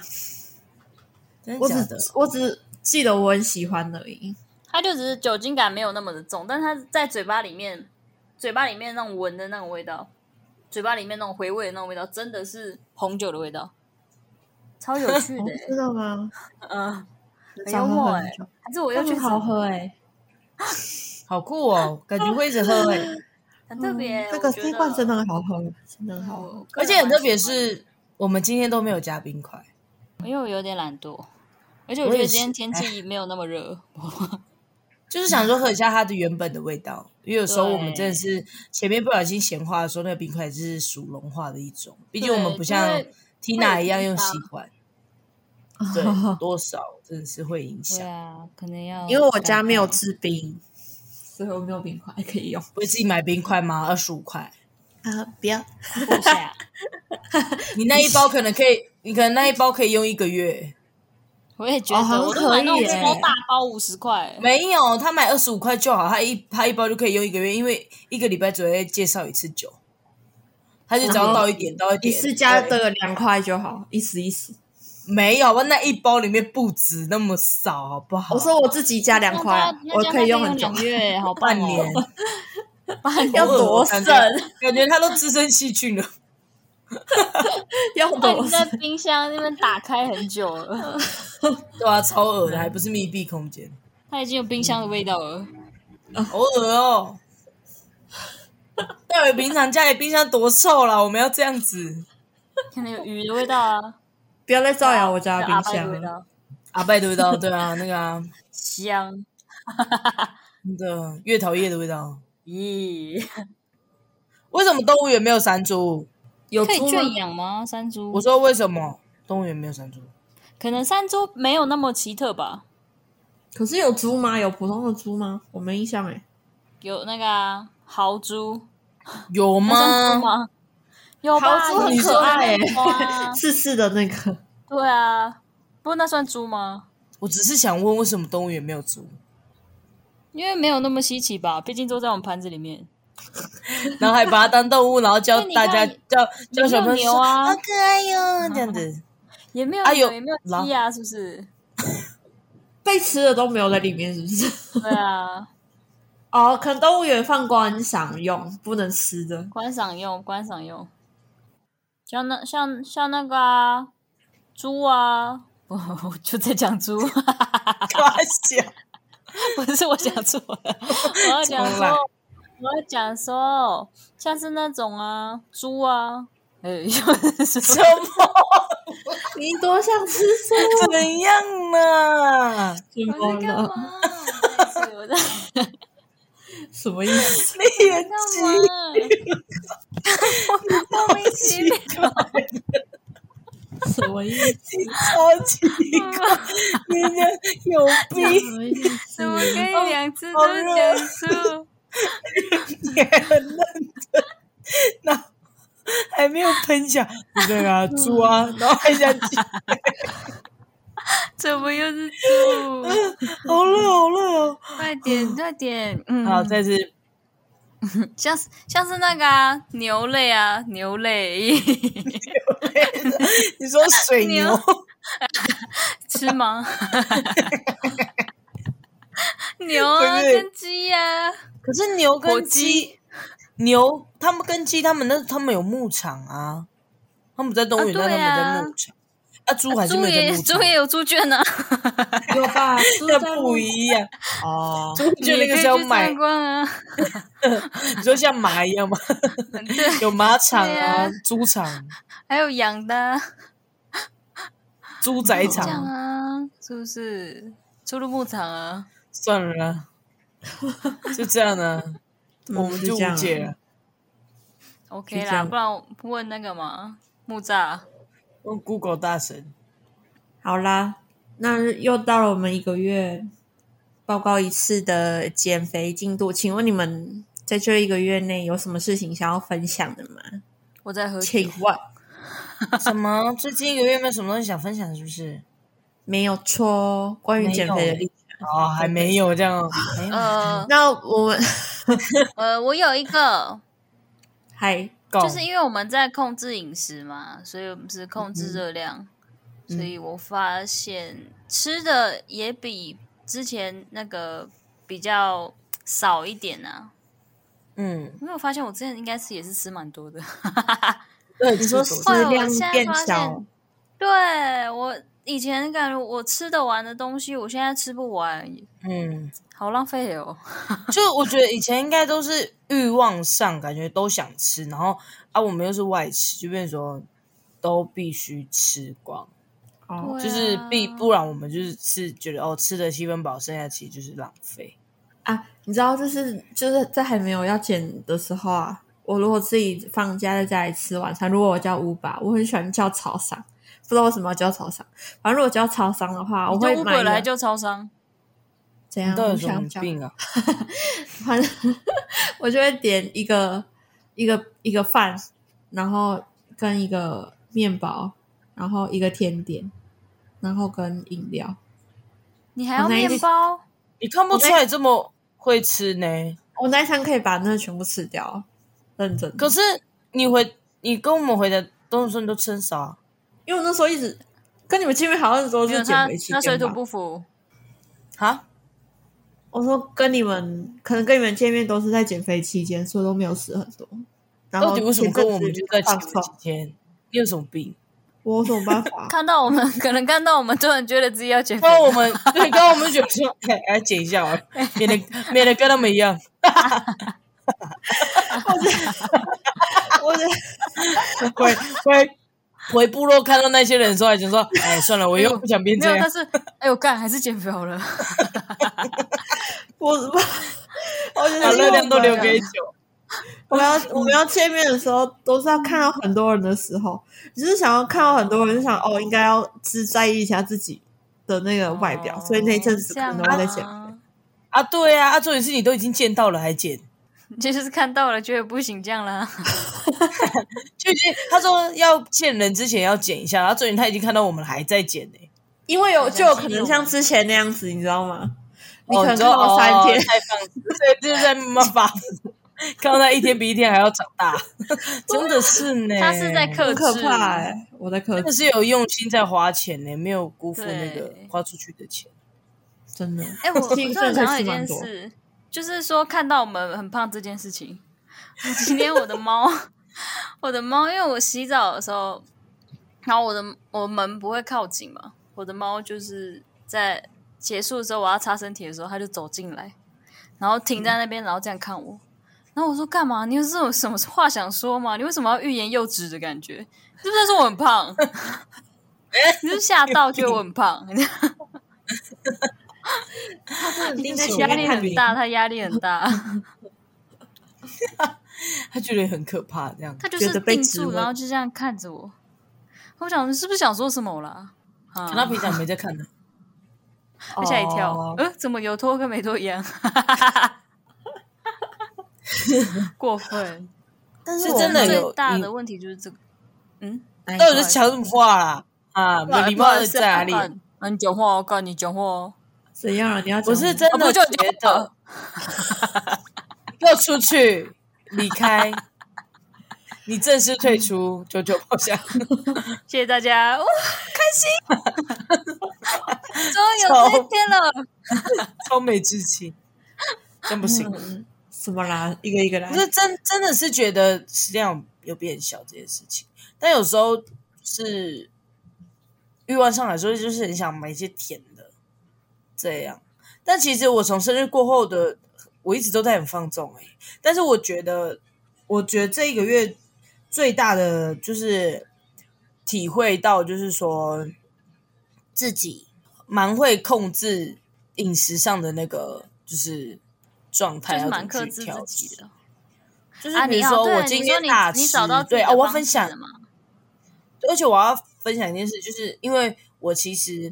[SPEAKER 1] 真的
[SPEAKER 2] 我
[SPEAKER 1] 假
[SPEAKER 2] 只
[SPEAKER 1] 的？
[SPEAKER 2] 我只记得我很喜欢而已。，
[SPEAKER 3] 它就只是酒精感没有那么的重，但是它在嘴巴里面，嘴巴里面那种闻的那种味道，嘴巴里面那种回味的那种味道，真的是红酒的味道，超有趣的、欸
[SPEAKER 2] 哦的吗？
[SPEAKER 3] 嗯，很
[SPEAKER 2] 找喝
[SPEAKER 3] 幽默哎、
[SPEAKER 2] 很久，
[SPEAKER 3] 还是我又
[SPEAKER 2] 但
[SPEAKER 3] 去
[SPEAKER 2] 很好喝哎、
[SPEAKER 1] 好酷哦，感觉会一直喝 诶、
[SPEAKER 3] 很特别、
[SPEAKER 2] 嗯这个
[SPEAKER 3] 我觉得哦
[SPEAKER 2] 这罐真的很好喝，真的很好喝。
[SPEAKER 3] 我个
[SPEAKER 1] 而
[SPEAKER 3] 人
[SPEAKER 1] 且很特别
[SPEAKER 3] 蛮喜欢
[SPEAKER 1] 是，我们今天都没有加冰块。
[SPEAKER 3] 的，因为我有点懒惰，而且
[SPEAKER 1] 我
[SPEAKER 3] 我觉
[SPEAKER 1] 也
[SPEAKER 3] 得
[SPEAKER 1] 是
[SPEAKER 3] 今天天
[SPEAKER 2] 哎
[SPEAKER 3] 气没有那么热，
[SPEAKER 1] 就是想说喝一下它的原本的味道，因为有时候我们
[SPEAKER 3] 对
[SPEAKER 1] 真的是前面不小心闲话的时候，那个冰块是属融化的一种，毕竟我们
[SPEAKER 3] 对
[SPEAKER 1] 不
[SPEAKER 3] 因
[SPEAKER 1] 像
[SPEAKER 3] 为
[SPEAKER 1] Tina 一样
[SPEAKER 3] 会有
[SPEAKER 1] 用
[SPEAKER 3] 冰
[SPEAKER 1] 吸 管，对，多少真的是会影
[SPEAKER 3] 对
[SPEAKER 1] 响。
[SPEAKER 3] 啊，可能要
[SPEAKER 2] 因为我家没有
[SPEAKER 3] 改
[SPEAKER 2] 制冰，所以我没有冰块可以用。
[SPEAKER 1] 不会自己买冰块吗？二十五块，
[SPEAKER 2] 啊，
[SPEAKER 3] 呃
[SPEAKER 2] 不要！
[SPEAKER 3] 变一下，
[SPEAKER 1] 你那一包可能可以，你可能那一包可以用一个月。
[SPEAKER 3] 我也觉
[SPEAKER 2] 哦好
[SPEAKER 3] 得，
[SPEAKER 2] 像
[SPEAKER 3] 我都买那
[SPEAKER 2] 可以
[SPEAKER 3] 种
[SPEAKER 2] 耶
[SPEAKER 3] 超大包五十块欸，
[SPEAKER 1] 没有，他买二十五块就好，他一他一包就可以用一个月，因为一个礼拜只会介绍一次酒，他就只要倒一点倒一
[SPEAKER 2] 一
[SPEAKER 1] 点。
[SPEAKER 2] 次加
[SPEAKER 1] 对
[SPEAKER 2] 的两块就好，一时一时。
[SPEAKER 1] 没有吧？那一包里面不止那么少，好不好？
[SPEAKER 2] 我说我自己加两块，啊
[SPEAKER 3] 那
[SPEAKER 2] 我
[SPEAKER 3] 这样
[SPEAKER 2] 可以用
[SPEAKER 3] 那
[SPEAKER 2] 很久
[SPEAKER 3] 这样。两月，好棒
[SPEAKER 1] 半
[SPEAKER 3] 哦！
[SPEAKER 1] 年，
[SPEAKER 2] 要多
[SPEAKER 1] 感
[SPEAKER 2] 省，
[SPEAKER 1] 觉 感觉他都滋生细菌了。
[SPEAKER 2] 要
[SPEAKER 3] 那你
[SPEAKER 2] 多
[SPEAKER 3] 们在
[SPEAKER 2] 省。
[SPEAKER 3] 冰箱那边打开很久了，
[SPEAKER 1] 对啊，超恶的，还不是密闭空间，
[SPEAKER 3] 它已经有冰箱的味道了。
[SPEAKER 1] 好恶哦。到底平常家里冰箱多臭啦，我们要这样子。
[SPEAKER 3] 可能有鱼的味道 啊，
[SPEAKER 2] 不要再造谣啊我家
[SPEAKER 3] 有
[SPEAKER 2] 的
[SPEAKER 3] 阿
[SPEAKER 2] 冰
[SPEAKER 3] 伯的味
[SPEAKER 2] 箱了。
[SPEAKER 3] 啊道，
[SPEAKER 1] 阿拜的味道，对啊，那个啊，
[SPEAKER 3] 香，
[SPEAKER 1] 那个月桃叶的味道。
[SPEAKER 3] 咦，
[SPEAKER 1] 为什么动物园没有山猪？
[SPEAKER 2] 有
[SPEAKER 3] 可以
[SPEAKER 2] 猪吗
[SPEAKER 3] 圈养吗？山猪
[SPEAKER 1] 我，说为什么动物园没有山猪？
[SPEAKER 3] 可能山猪没有那么奇特吧，
[SPEAKER 2] 可是有猪吗？有普通的猪吗？我没印象哎。
[SPEAKER 3] 有那个啊豪猪，
[SPEAKER 1] 有
[SPEAKER 3] 那山猪
[SPEAKER 1] 吗？
[SPEAKER 3] 吗？有吧，
[SPEAKER 2] 豪猪很
[SPEAKER 3] 有
[SPEAKER 2] 可爱欸
[SPEAKER 3] 那种啊
[SPEAKER 2] 刺刺的那个，
[SPEAKER 3] 对啊，不过那算猪吗？
[SPEAKER 1] 我只是想问，为什么动物园没有猪？
[SPEAKER 3] 因为没有那么稀奇吧，毕竟都在我们盘子里面。
[SPEAKER 1] 然后还把它当动物，然后教
[SPEAKER 3] 因为哎你
[SPEAKER 1] 大
[SPEAKER 3] 看
[SPEAKER 1] 家教教小朋友
[SPEAKER 3] 牛
[SPEAKER 1] 说
[SPEAKER 3] 啊
[SPEAKER 1] 好可爱哟、 这样子。
[SPEAKER 3] 也没有
[SPEAKER 1] 啊有
[SPEAKER 3] 也没有鸡啊，是不是？
[SPEAKER 2] 被吃的都没有在里面，是不是？
[SPEAKER 3] 对啊，
[SPEAKER 2] 哦，可能动物园放观赏用，不能吃的。
[SPEAKER 3] 观赏用，观赏用。像那像像那个啊，猪啊，我我就在讲猪，啊
[SPEAKER 1] 夸奖，
[SPEAKER 3] 不是我讲错了， 我要讲
[SPEAKER 1] 怎么
[SPEAKER 3] 说
[SPEAKER 1] 了，
[SPEAKER 3] 我要讲说，像是那种啊，猪啊，呃， 就是
[SPEAKER 1] 什
[SPEAKER 3] 说
[SPEAKER 1] 么？
[SPEAKER 2] 你多想吃什
[SPEAKER 1] 怎样 呢？
[SPEAKER 3] 我在
[SPEAKER 2] 么
[SPEAKER 3] 干
[SPEAKER 2] 了？
[SPEAKER 3] 嘛？没事我 在
[SPEAKER 2] 什么意思？
[SPEAKER 1] 你也
[SPEAKER 3] 干嘛？ 我莫名其妙，
[SPEAKER 2] 什么意 思？
[SPEAKER 1] 超级怪，人家有
[SPEAKER 2] 什
[SPEAKER 1] 病，
[SPEAKER 2] 么意
[SPEAKER 3] 啊怎么可
[SPEAKER 2] 思？
[SPEAKER 3] 以两次
[SPEAKER 1] 好
[SPEAKER 3] 都
[SPEAKER 1] 热
[SPEAKER 3] 讲猪？
[SPEAKER 1] 你还很认真，然后还没有喷下你这个
[SPEAKER 3] 嗯
[SPEAKER 1] 猪啊，然后还 想起，
[SPEAKER 3] 怎么又是猪？
[SPEAKER 1] 好热好热哦。
[SPEAKER 3] 快点，快点，嗯，
[SPEAKER 1] 好，再 次
[SPEAKER 3] 像是像是那个啊，牛类啊，牛类
[SPEAKER 1] 你说水牛
[SPEAKER 3] 牛， 吃吗？牛啊，
[SPEAKER 1] 不是
[SPEAKER 3] 跟鸡啊，
[SPEAKER 1] 可是牛
[SPEAKER 3] 火
[SPEAKER 1] 跟
[SPEAKER 3] 鸡
[SPEAKER 1] 鸡，牛他们跟鸡，他们那他们有牧场啊，他们在动物园，
[SPEAKER 3] 啊
[SPEAKER 1] 但
[SPEAKER 3] 对
[SPEAKER 1] 他
[SPEAKER 3] 啊
[SPEAKER 1] 们在牧场。啊，猪还是
[SPEAKER 3] 猪
[SPEAKER 1] 没有在
[SPEAKER 3] 也
[SPEAKER 1] 牧场
[SPEAKER 3] 猪，也有猪圈啊，
[SPEAKER 2] 有 吧？
[SPEAKER 1] 那不一样。
[SPEAKER 2] 哦，
[SPEAKER 1] 猪圈那
[SPEAKER 3] 你
[SPEAKER 1] 个
[SPEAKER 3] 可以
[SPEAKER 1] 是要
[SPEAKER 3] 去
[SPEAKER 1] 买
[SPEAKER 3] 参，观啊。
[SPEAKER 1] 你说像马一样吗？
[SPEAKER 3] 对，
[SPEAKER 1] 有马场啊
[SPEAKER 3] 对啊，
[SPEAKER 1] 猪场、
[SPEAKER 3] 还有养的啊
[SPEAKER 1] 猪仔
[SPEAKER 3] 这样
[SPEAKER 1] 场，
[SPEAKER 3] 啊，是不是？出入牧场啊，
[SPEAKER 1] 算了 啦，就这样呢，
[SPEAKER 2] 嗯
[SPEAKER 1] 我们就
[SPEAKER 2] 就这样
[SPEAKER 1] 无解
[SPEAKER 3] 啊
[SPEAKER 1] 了。
[SPEAKER 3] OK
[SPEAKER 2] 就这
[SPEAKER 3] 啦，
[SPEAKER 2] 样
[SPEAKER 3] 不然我问那个嘛，木栅，
[SPEAKER 1] 用 Google 大神，
[SPEAKER 2] 好啦，那又到了我们一个月报告一次的减肥进度，请问你们在这一个月内有什么事情想要分享的吗？
[SPEAKER 3] 我在喝酒
[SPEAKER 2] 请，问，
[SPEAKER 1] 什么？最近一个月有没有什么东西想分享？是不是？
[SPEAKER 2] 没有错哦，关于减肥的
[SPEAKER 1] 没有
[SPEAKER 2] 历程，
[SPEAKER 1] 哦，还没有这 样，没有
[SPEAKER 3] 呃
[SPEAKER 2] 那我们
[SPEAKER 3] 呃，我有一个，
[SPEAKER 2] 还
[SPEAKER 1] 告
[SPEAKER 3] 就是因为我们在控制饮食嘛，所以我们是控制热量，
[SPEAKER 1] 嗯
[SPEAKER 3] 所以我发现吃的也比之前那个比较少一点啊。
[SPEAKER 1] 嗯，
[SPEAKER 3] 因为我发现我之前应该是也是吃蛮多的，
[SPEAKER 1] 对，
[SPEAKER 2] 你说
[SPEAKER 1] 是
[SPEAKER 2] 食
[SPEAKER 1] 的
[SPEAKER 3] 会我
[SPEAKER 2] 量
[SPEAKER 3] 现在
[SPEAKER 2] 变
[SPEAKER 3] 发现
[SPEAKER 2] 小，
[SPEAKER 3] 对我以前感觉我吃得完的东西，我现在吃不完，
[SPEAKER 1] 嗯，
[SPEAKER 3] 好浪费哦。
[SPEAKER 1] 就我觉得以前应该都是欲望上，感觉都想吃，然后啊，我们又是外吃，就变成说都必须吃光，
[SPEAKER 2] 哦，
[SPEAKER 1] 就是必
[SPEAKER 3] 对啊
[SPEAKER 1] 不然我们就是吃觉得哦吃得七分饱，剩下其实就是浪费。
[SPEAKER 2] 啊，你知道，就是就是在还没有要减的时候啊，我如果自己放假在家里吃晚餐，如果我叫乌吧，我很喜欢叫超商，不知道为什么要叫超商。反正如果叫超商的话，我
[SPEAKER 3] 你就
[SPEAKER 2] 会
[SPEAKER 3] 乌
[SPEAKER 2] 买
[SPEAKER 3] 本来
[SPEAKER 2] 一个
[SPEAKER 3] 就超商，
[SPEAKER 2] 怎
[SPEAKER 1] 你
[SPEAKER 2] 样？
[SPEAKER 1] 到
[SPEAKER 2] 我
[SPEAKER 1] 底有什
[SPEAKER 2] 想
[SPEAKER 1] 么
[SPEAKER 2] 叫，
[SPEAKER 1] 病啊？
[SPEAKER 2] 反正我就会点一个一个一个饭，然后跟一个面包，然后一个甜点，然后跟饮料。
[SPEAKER 3] 你还要
[SPEAKER 2] 我那一
[SPEAKER 3] 面包，
[SPEAKER 1] 你看不出来这么会吃呢？
[SPEAKER 2] 我那一餐可以把那全部吃掉，认真的。
[SPEAKER 1] 可是你回你跟我们回的都是说你都吃很少、啊，
[SPEAKER 2] 因为我那时候一直跟你们见面好像的时候
[SPEAKER 3] 没
[SPEAKER 2] 是
[SPEAKER 3] 有
[SPEAKER 2] 减
[SPEAKER 3] 他
[SPEAKER 2] 肥期
[SPEAKER 3] 他水
[SPEAKER 2] 间
[SPEAKER 3] 土
[SPEAKER 2] 吧。
[SPEAKER 3] 不服。？
[SPEAKER 1] 哈，
[SPEAKER 2] 我说跟你们可能跟你们见面都是在减肥期间，所以都没有吃很多。然后
[SPEAKER 1] 到底为什么
[SPEAKER 2] 前阵
[SPEAKER 1] 跟
[SPEAKER 2] 子
[SPEAKER 1] 我们就在前
[SPEAKER 2] 放
[SPEAKER 1] 面几
[SPEAKER 2] 松？
[SPEAKER 1] 天？你有什么病？
[SPEAKER 2] 我有什么办法
[SPEAKER 3] 看到我们， 可能看到我们，突然觉得自己要减
[SPEAKER 1] 不
[SPEAKER 3] 肥。
[SPEAKER 2] 哦
[SPEAKER 1] 然我们对，刚刚我们就觉得说， 哎，来减一下好了，免得免得跟他们一样。
[SPEAKER 2] 我觉得
[SPEAKER 1] 回 回回部落看到那些人的时候，还想说，哎，算了，我又不想变
[SPEAKER 3] 没
[SPEAKER 1] 这
[SPEAKER 3] 有，
[SPEAKER 1] 样
[SPEAKER 3] 但。是哎呦干，还是减肥好了。
[SPEAKER 2] 我我我觉
[SPEAKER 1] 把
[SPEAKER 2] 得
[SPEAKER 1] 热量都留
[SPEAKER 2] 因为
[SPEAKER 1] 给酒，
[SPEAKER 2] 我们要我们要见面的时候，都是要看到很多人的时候，只是想要看到很多人，就想哦，应该要只在意一下自己的那个 外表，所以那一阵子可能都在减
[SPEAKER 3] 哦这
[SPEAKER 2] 肥。
[SPEAKER 3] 样啊
[SPEAKER 1] 啊，对啊，啊，重点是你都已经见到了还减，
[SPEAKER 3] 你就是看到了，觉得不行，这样啦。
[SPEAKER 1] 就已经他说要见人之前要减一下，然后重点他已经看到我们还在减呢、
[SPEAKER 2] 因为有
[SPEAKER 3] 很
[SPEAKER 2] 就有
[SPEAKER 3] 激
[SPEAKER 2] 可
[SPEAKER 3] 励
[SPEAKER 2] 能
[SPEAKER 3] 我
[SPEAKER 2] 像
[SPEAKER 3] 们
[SPEAKER 2] 之前那样子，你知道吗？你
[SPEAKER 1] 哦
[SPEAKER 2] 可能
[SPEAKER 1] 知
[SPEAKER 2] 看
[SPEAKER 1] 道
[SPEAKER 2] 到三 天
[SPEAKER 1] 哦、，太放肆，对，就是在慢慢发疯，看到他一天比一天还要长大， 真的是呢。
[SPEAKER 3] 他是在克
[SPEAKER 2] 很可
[SPEAKER 3] 制，
[SPEAKER 2] 怕哎、欸！我在克
[SPEAKER 1] 真的
[SPEAKER 2] 制，
[SPEAKER 1] 是有用心在花钱呢，没有辜负那个
[SPEAKER 3] 对
[SPEAKER 1] 花出去的钱。
[SPEAKER 2] 真的。
[SPEAKER 3] 哎、我我
[SPEAKER 2] 其
[SPEAKER 3] 突
[SPEAKER 2] 实
[SPEAKER 3] 然
[SPEAKER 2] 真
[SPEAKER 3] 想
[SPEAKER 2] 的
[SPEAKER 3] 到
[SPEAKER 2] 是
[SPEAKER 3] 一
[SPEAKER 2] 蛮
[SPEAKER 3] 件
[SPEAKER 2] 多
[SPEAKER 3] 事，就是说看到我们很胖这件事情。今天我的猫， 我的猫，因为我洗澡的时候，然后我的我门不会靠紧嘛，我的猫就是在结束的时候，我要擦身体的时候，它就走进来，然后停在那边，然后这样看我。然后我说干嘛？你有这种什么话想说吗？你为什么要欲言又止的感觉？你是不是在说我很胖？ 你是不是吓到觉得我很胖？
[SPEAKER 2] 应
[SPEAKER 1] 该
[SPEAKER 2] 该
[SPEAKER 1] 是
[SPEAKER 3] 压
[SPEAKER 1] 我
[SPEAKER 3] 力很大，他压力很大，
[SPEAKER 1] 他觉得很可怕，这样
[SPEAKER 3] 他就
[SPEAKER 2] 觉
[SPEAKER 3] 是
[SPEAKER 2] 得被
[SPEAKER 3] 定
[SPEAKER 2] 质
[SPEAKER 3] 住，
[SPEAKER 2] 问
[SPEAKER 3] 然后就这样看着我。我想你是不是想说什么啦？啊
[SPEAKER 1] 可他，平常没在看的。
[SPEAKER 3] 他吓一跳
[SPEAKER 2] 哦，
[SPEAKER 3] 呃，怎么有脱跟没脱一样？过分，
[SPEAKER 2] 但
[SPEAKER 1] 是真的有
[SPEAKER 3] 最大的问题就是这个，嗯，
[SPEAKER 1] 到底在讲什么话啦？啊，没礼貌的
[SPEAKER 3] 是
[SPEAKER 1] 在哪里？？
[SPEAKER 3] 啊，你讲话哦，干你讲话哦，
[SPEAKER 2] 怎样啊？你要讲
[SPEAKER 1] 我是真
[SPEAKER 3] 啊
[SPEAKER 1] 的
[SPEAKER 3] 不就
[SPEAKER 1] 觉得，给我出去，离开，你正式退出，九九包厢。
[SPEAKER 3] 谢谢大家，哇， 开心，终于有这一天了。
[SPEAKER 1] 超没志气，真不行。
[SPEAKER 2] 嗯什么啦？一个一个来
[SPEAKER 1] 可。是真真的是觉得食量有变小这件事情，但有时候是欲望上来说，就是很想买一些甜的这样。但其实我从生日过后的，我一直都在很放纵哎、但是我觉得，我觉得这一个月最大的就是体会到，就是说自己蛮会控制饮食上的那个，就是状态，
[SPEAKER 3] 就是
[SPEAKER 1] 要
[SPEAKER 3] 蛮
[SPEAKER 1] 怎
[SPEAKER 3] 克
[SPEAKER 1] 么
[SPEAKER 3] 制
[SPEAKER 1] 去调
[SPEAKER 3] 自己
[SPEAKER 1] 节
[SPEAKER 3] 的。
[SPEAKER 1] 就是
[SPEAKER 3] 啊，
[SPEAKER 1] 比
[SPEAKER 3] 你
[SPEAKER 1] 如
[SPEAKER 3] 要
[SPEAKER 1] 说
[SPEAKER 3] 对
[SPEAKER 1] 我
[SPEAKER 3] 你
[SPEAKER 1] 今
[SPEAKER 3] 说
[SPEAKER 1] 天
[SPEAKER 3] 你
[SPEAKER 1] 大
[SPEAKER 3] 你
[SPEAKER 1] 吃
[SPEAKER 3] 找到，自己
[SPEAKER 1] 对
[SPEAKER 3] 的
[SPEAKER 1] 哦，我要
[SPEAKER 3] 方
[SPEAKER 1] 分
[SPEAKER 3] 式
[SPEAKER 1] 享
[SPEAKER 3] 了，嘛？
[SPEAKER 1] 而且我要分享一件事，就是因为我其实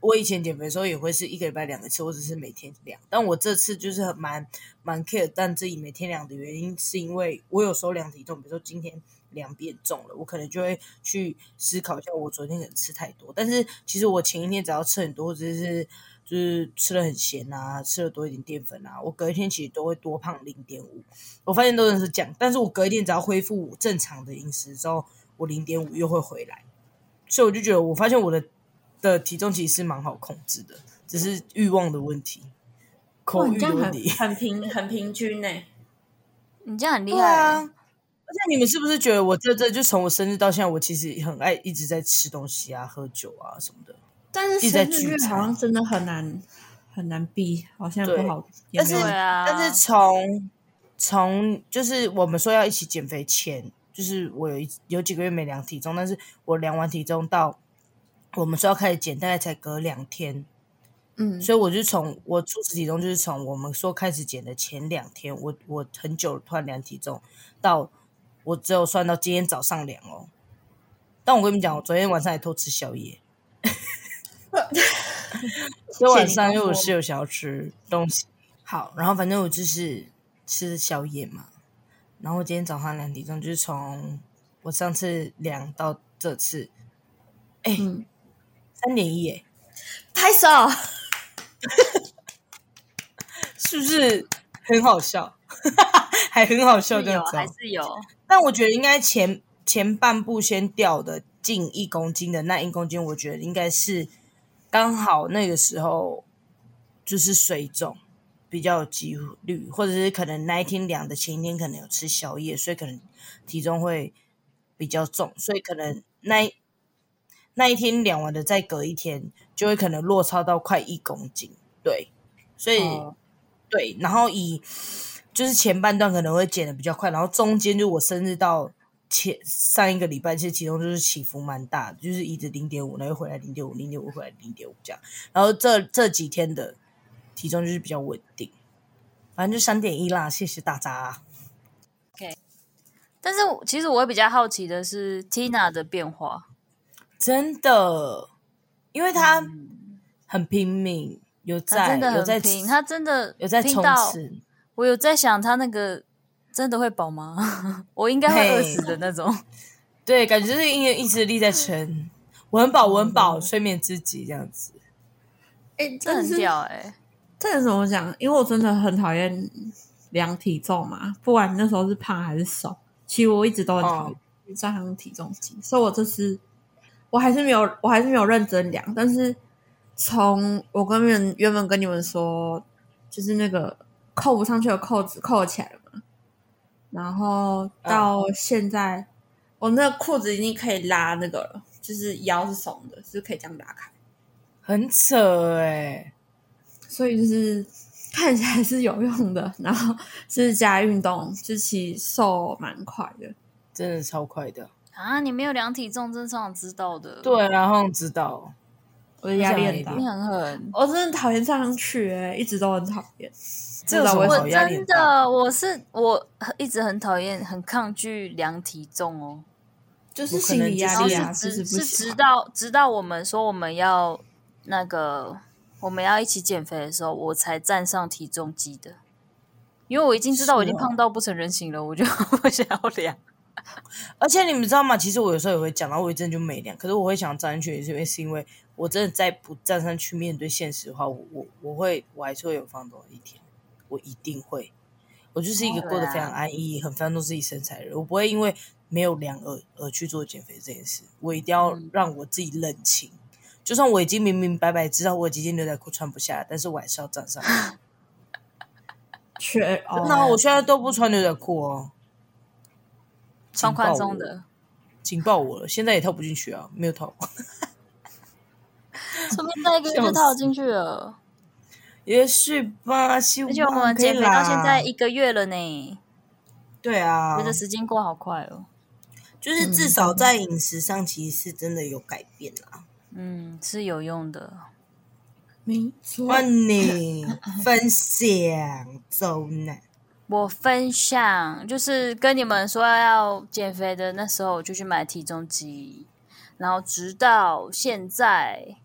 [SPEAKER 1] 我以前减肥的时候也会是一个礼拜量一次，或者是每天量，但我这次就是很蛮蛮 care，但自己每天量的原因是因为我有时候量体重，比如说今天量变重了，我可能就会去思考一下，我昨天可能吃太多，但是其实我前一天只要吃很多，或者是就是吃了很咸啊，吃了多一点淀粉啊，我隔一天其实都会多胖零点五。我发现都是这样，但是我隔一天只要恢复正常的饮食之后，我零点五又会回来，所以我就觉得我发现我的的体重其实是蛮好控制的，只是欲望的问题，口
[SPEAKER 2] 哇，
[SPEAKER 1] 欲
[SPEAKER 2] 你这
[SPEAKER 1] 的
[SPEAKER 2] 样
[SPEAKER 1] 问
[SPEAKER 2] 很
[SPEAKER 1] 题。
[SPEAKER 2] 很平很平均呢、
[SPEAKER 3] 你这样很厉
[SPEAKER 1] 对
[SPEAKER 3] 害、欸
[SPEAKER 1] 啊，
[SPEAKER 2] 欸
[SPEAKER 1] 而且你们是不是觉得我这这就从我生日到现在，我其实很爱一直在吃东西啊、喝酒啊什么的。
[SPEAKER 2] 但是
[SPEAKER 1] 一直在
[SPEAKER 2] 生日
[SPEAKER 1] 聚
[SPEAKER 2] 月
[SPEAKER 1] 餐啊
[SPEAKER 2] 好像真的很难很难避，好像
[SPEAKER 1] 对
[SPEAKER 2] 不好。也
[SPEAKER 1] 但
[SPEAKER 2] 没
[SPEAKER 1] 是
[SPEAKER 2] 有
[SPEAKER 3] 对啊
[SPEAKER 1] 但是从从就是我们说要一起减肥前，就是我有一有几个月没量体重，但是我量完体重到我们说要开始减，大概才隔两天，
[SPEAKER 2] 嗯，
[SPEAKER 1] 所以我就从我初始体重就是从我们说开始减的前两天，我我很久突然量体重，到我只有算到今天早上量哦。但我跟你们讲，我昨天晚上也偷吃宵夜，昨天晚上因为我室友想要吃东西，好，然后反正我就是吃宵夜嘛，然后我今天早上量体重就是从我上次量到这次
[SPEAKER 2] 嗯，
[SPEAKER 1] 三点一，哎，
[SPEAKER 2] 拍手，
[SPEAKER 1] 是不是很好笑？ 还很好笑
[SPEAKER 3] 是
[SPEAKER 1] 这
[SPEAKER 3] 有
[SPEAKER 1] 样
[SPEAKER 3] 啊
[SPEAKER 1] 子哦、
[SPEAKER 3] 还是有，
[SPEAKER 1] 但我觉得应该前前半部先掉的近一公斤的那一公斤，我觉得应该是刚好那个时候就是水肿比较有几率，或者是可能那一天量的前一天可能有吃宵夜，所以可能体重会比较重，所以可能那一那一天量完的再隔一天就会可能落差到快一公斤，对，所以。
[SPEAKER 2] 哦
[SPEAKER 1] 对，然后以就是前半段可能会减的比较快，然后中间就我生日到前上一个礼拜，其实其中就是起伏蛮大的，就是一直零点五，然后又回来零点五，零点五回来零点五这样，然后这这几天的体重就是比较稳定，反正就三点一啦，谢谢大家。
[SPEAKER 3] 但是我其实我比较好奇的是 Tina 的变化，
[SPEAKER 1] 真的，因为他很拼命，有
[SPEAKER 3] 她
[SPEAKER 1] 在
[SPEAKER 3] 嗯真的
[SPEAKER 1] 有在
[SPEAKER 3] 很拼，她真的
[SPEAKER 1] 有在
[SPEAKER 3] 拼
[SPEAKER 1] 冲
[SPEAKER 3] 到
[SPEAKER 1] 刺，
[SPEAKER 3] 我有在想她那个真的会饱吗？ 我应该会饿死的那种。
[SPEAKER 1] 对，感觉就是因为意志力在撑，我很饱，我很
[SPEAKER 3] 嗯
[SPEAKER 1] 饱，催眠自己这样子。
[SPEAKER 2] 哎、
[SPEAKER 3] 这
[SPEAKER 2] 但
[SPEAKER 3] 很
[SPEAKER 2] 是
[SPEAKER 3] 屌哎、
[SPEAKER 2] 这个怎么讲？因为我真的很讨厌量体重嘛，不管那时候是胖还是瘦，其实我一直都很讨厌上量体重机，所以我这次我还是没有，我还是没有认真量。但是从我跟你们原本跟你们说，就是那个扣不上去的扣子扣起来了嘛，然后到现在，我那个裤子已经可以拉那个了，就是腰是松的，是可以这样拉开。
[SPEAKER 1] 很扯哎、欸，
[SPEAKER 2] 所以就是看起来是有用的，然后是加运动，就其实瘦蛮快的。
[SPEAKER 1] 真的超快的。
[SPEAKER 3] 啊，你没有量体重，真是想知道的。，
[SPEAKER 1] 对，啊然后知道
[SPEAKER 2] 我的压力很大
[SPEAKER 1] 这，
[SPEAKER 3] 你很狠。
[SPEAKER 2] 我真的讨厌上去、欸，一直都很讨厌。
[SPEAKER 1] 这有什么
[SPEAKER 2] 我
[SPEAKER 1] 好
[SPEAKER 3] 我
[SPEAKER 1] 压力
[SPEAKER 3] 真
[SPEAKER 1] 很大？
[SPEAKER 3] 的，我是我一直很讨厌、很抗拒量体重哦。
[SPEAKER 2] 就是心理
[SPEAKER 1] 哎
[SPEAKER 2] 压
[SPEAKER 3] 然后
[SPEAKER 2] 力
[SPEAKER 3] 是
[SPEAKER 2] 啊，
[SPEAKER 3] 直
[SPEAKER 2] 就是不
[SPEAKER 3] 是
[SPEAKER 2] 行
[SPEAKER 3] 直。到直到我们说我们要那个我们要一起减肥的时候，我才站上体重机的，因为我已经知道我已经
[SPEAKER 1] 是哦
[SPEAKER 2] 啊
[SPEAKER 3] 胖到不成人形了，我就 不想要量。
[SPEAKER 1] 而且你们知道吗？其实我有时候也会讲，然后我一阵就没量。可是我会想站上去，也是因为是因为我真的再不站上去面对现实的话，我我我会我还是会有放纵的一天，我一定会。我就是一个
[SPEAKER 3] 哦
[SPEAKER 1] 过得非
[SPEAKER 3] 啊
[SPEAKER 1] 常安逸、很放纵自己身材的人，我不会因为没有量而而去做减肥这件事。我一定要
[SPEAKER 3] 嗯
[SPEAKER 1] 让我自己认清，就算我已经明明白白知道我几件牛仔裤穿不下，但是我还是要站上去。
[SPEAKER 2] 缺哦，
[SPEAKER 1] 那啊我现在都不穿牛仔裤哦，
[SPEAKER 3] 穿
[SPEAKER 1] 请抱
[SPEAKER 3] 宽松
[SPEAKER 1] 我，
[SPEAKER 3] 的，
[SPEAKER 1] 警报我了，现在也套不进去啊，没有套，
[SPEAKER 3] 说不定再一个月就套进去了。
[SPEAKER 1] 也是吧，希望
[SPEAKER 3] 而且我们
[SPEAKER 1] 可以
[SPEAKER 3] 减肥到
[SPEAKER 1] 啦
[SPEAKER 3] 现在一个月了呢，
[SPEAKER 1] 对啊
[SPEAKER 3] 觉，得时嗯间过好快哦。
[SPEAKER 1] 就是至少在饮食上其实是真的有改变啦。
[SPEAKER 3] 嗯，是有用的。
[SPEAKER 2] 没
[SPEAKER 3] 嗯
[SPEAKER 2] 错。
[SPEAKER 1] 换你分享周 南，
[SPEAKER 3] 我分享就是跟你们说要减肥的那时候，我就去买体重机，然后直到现在，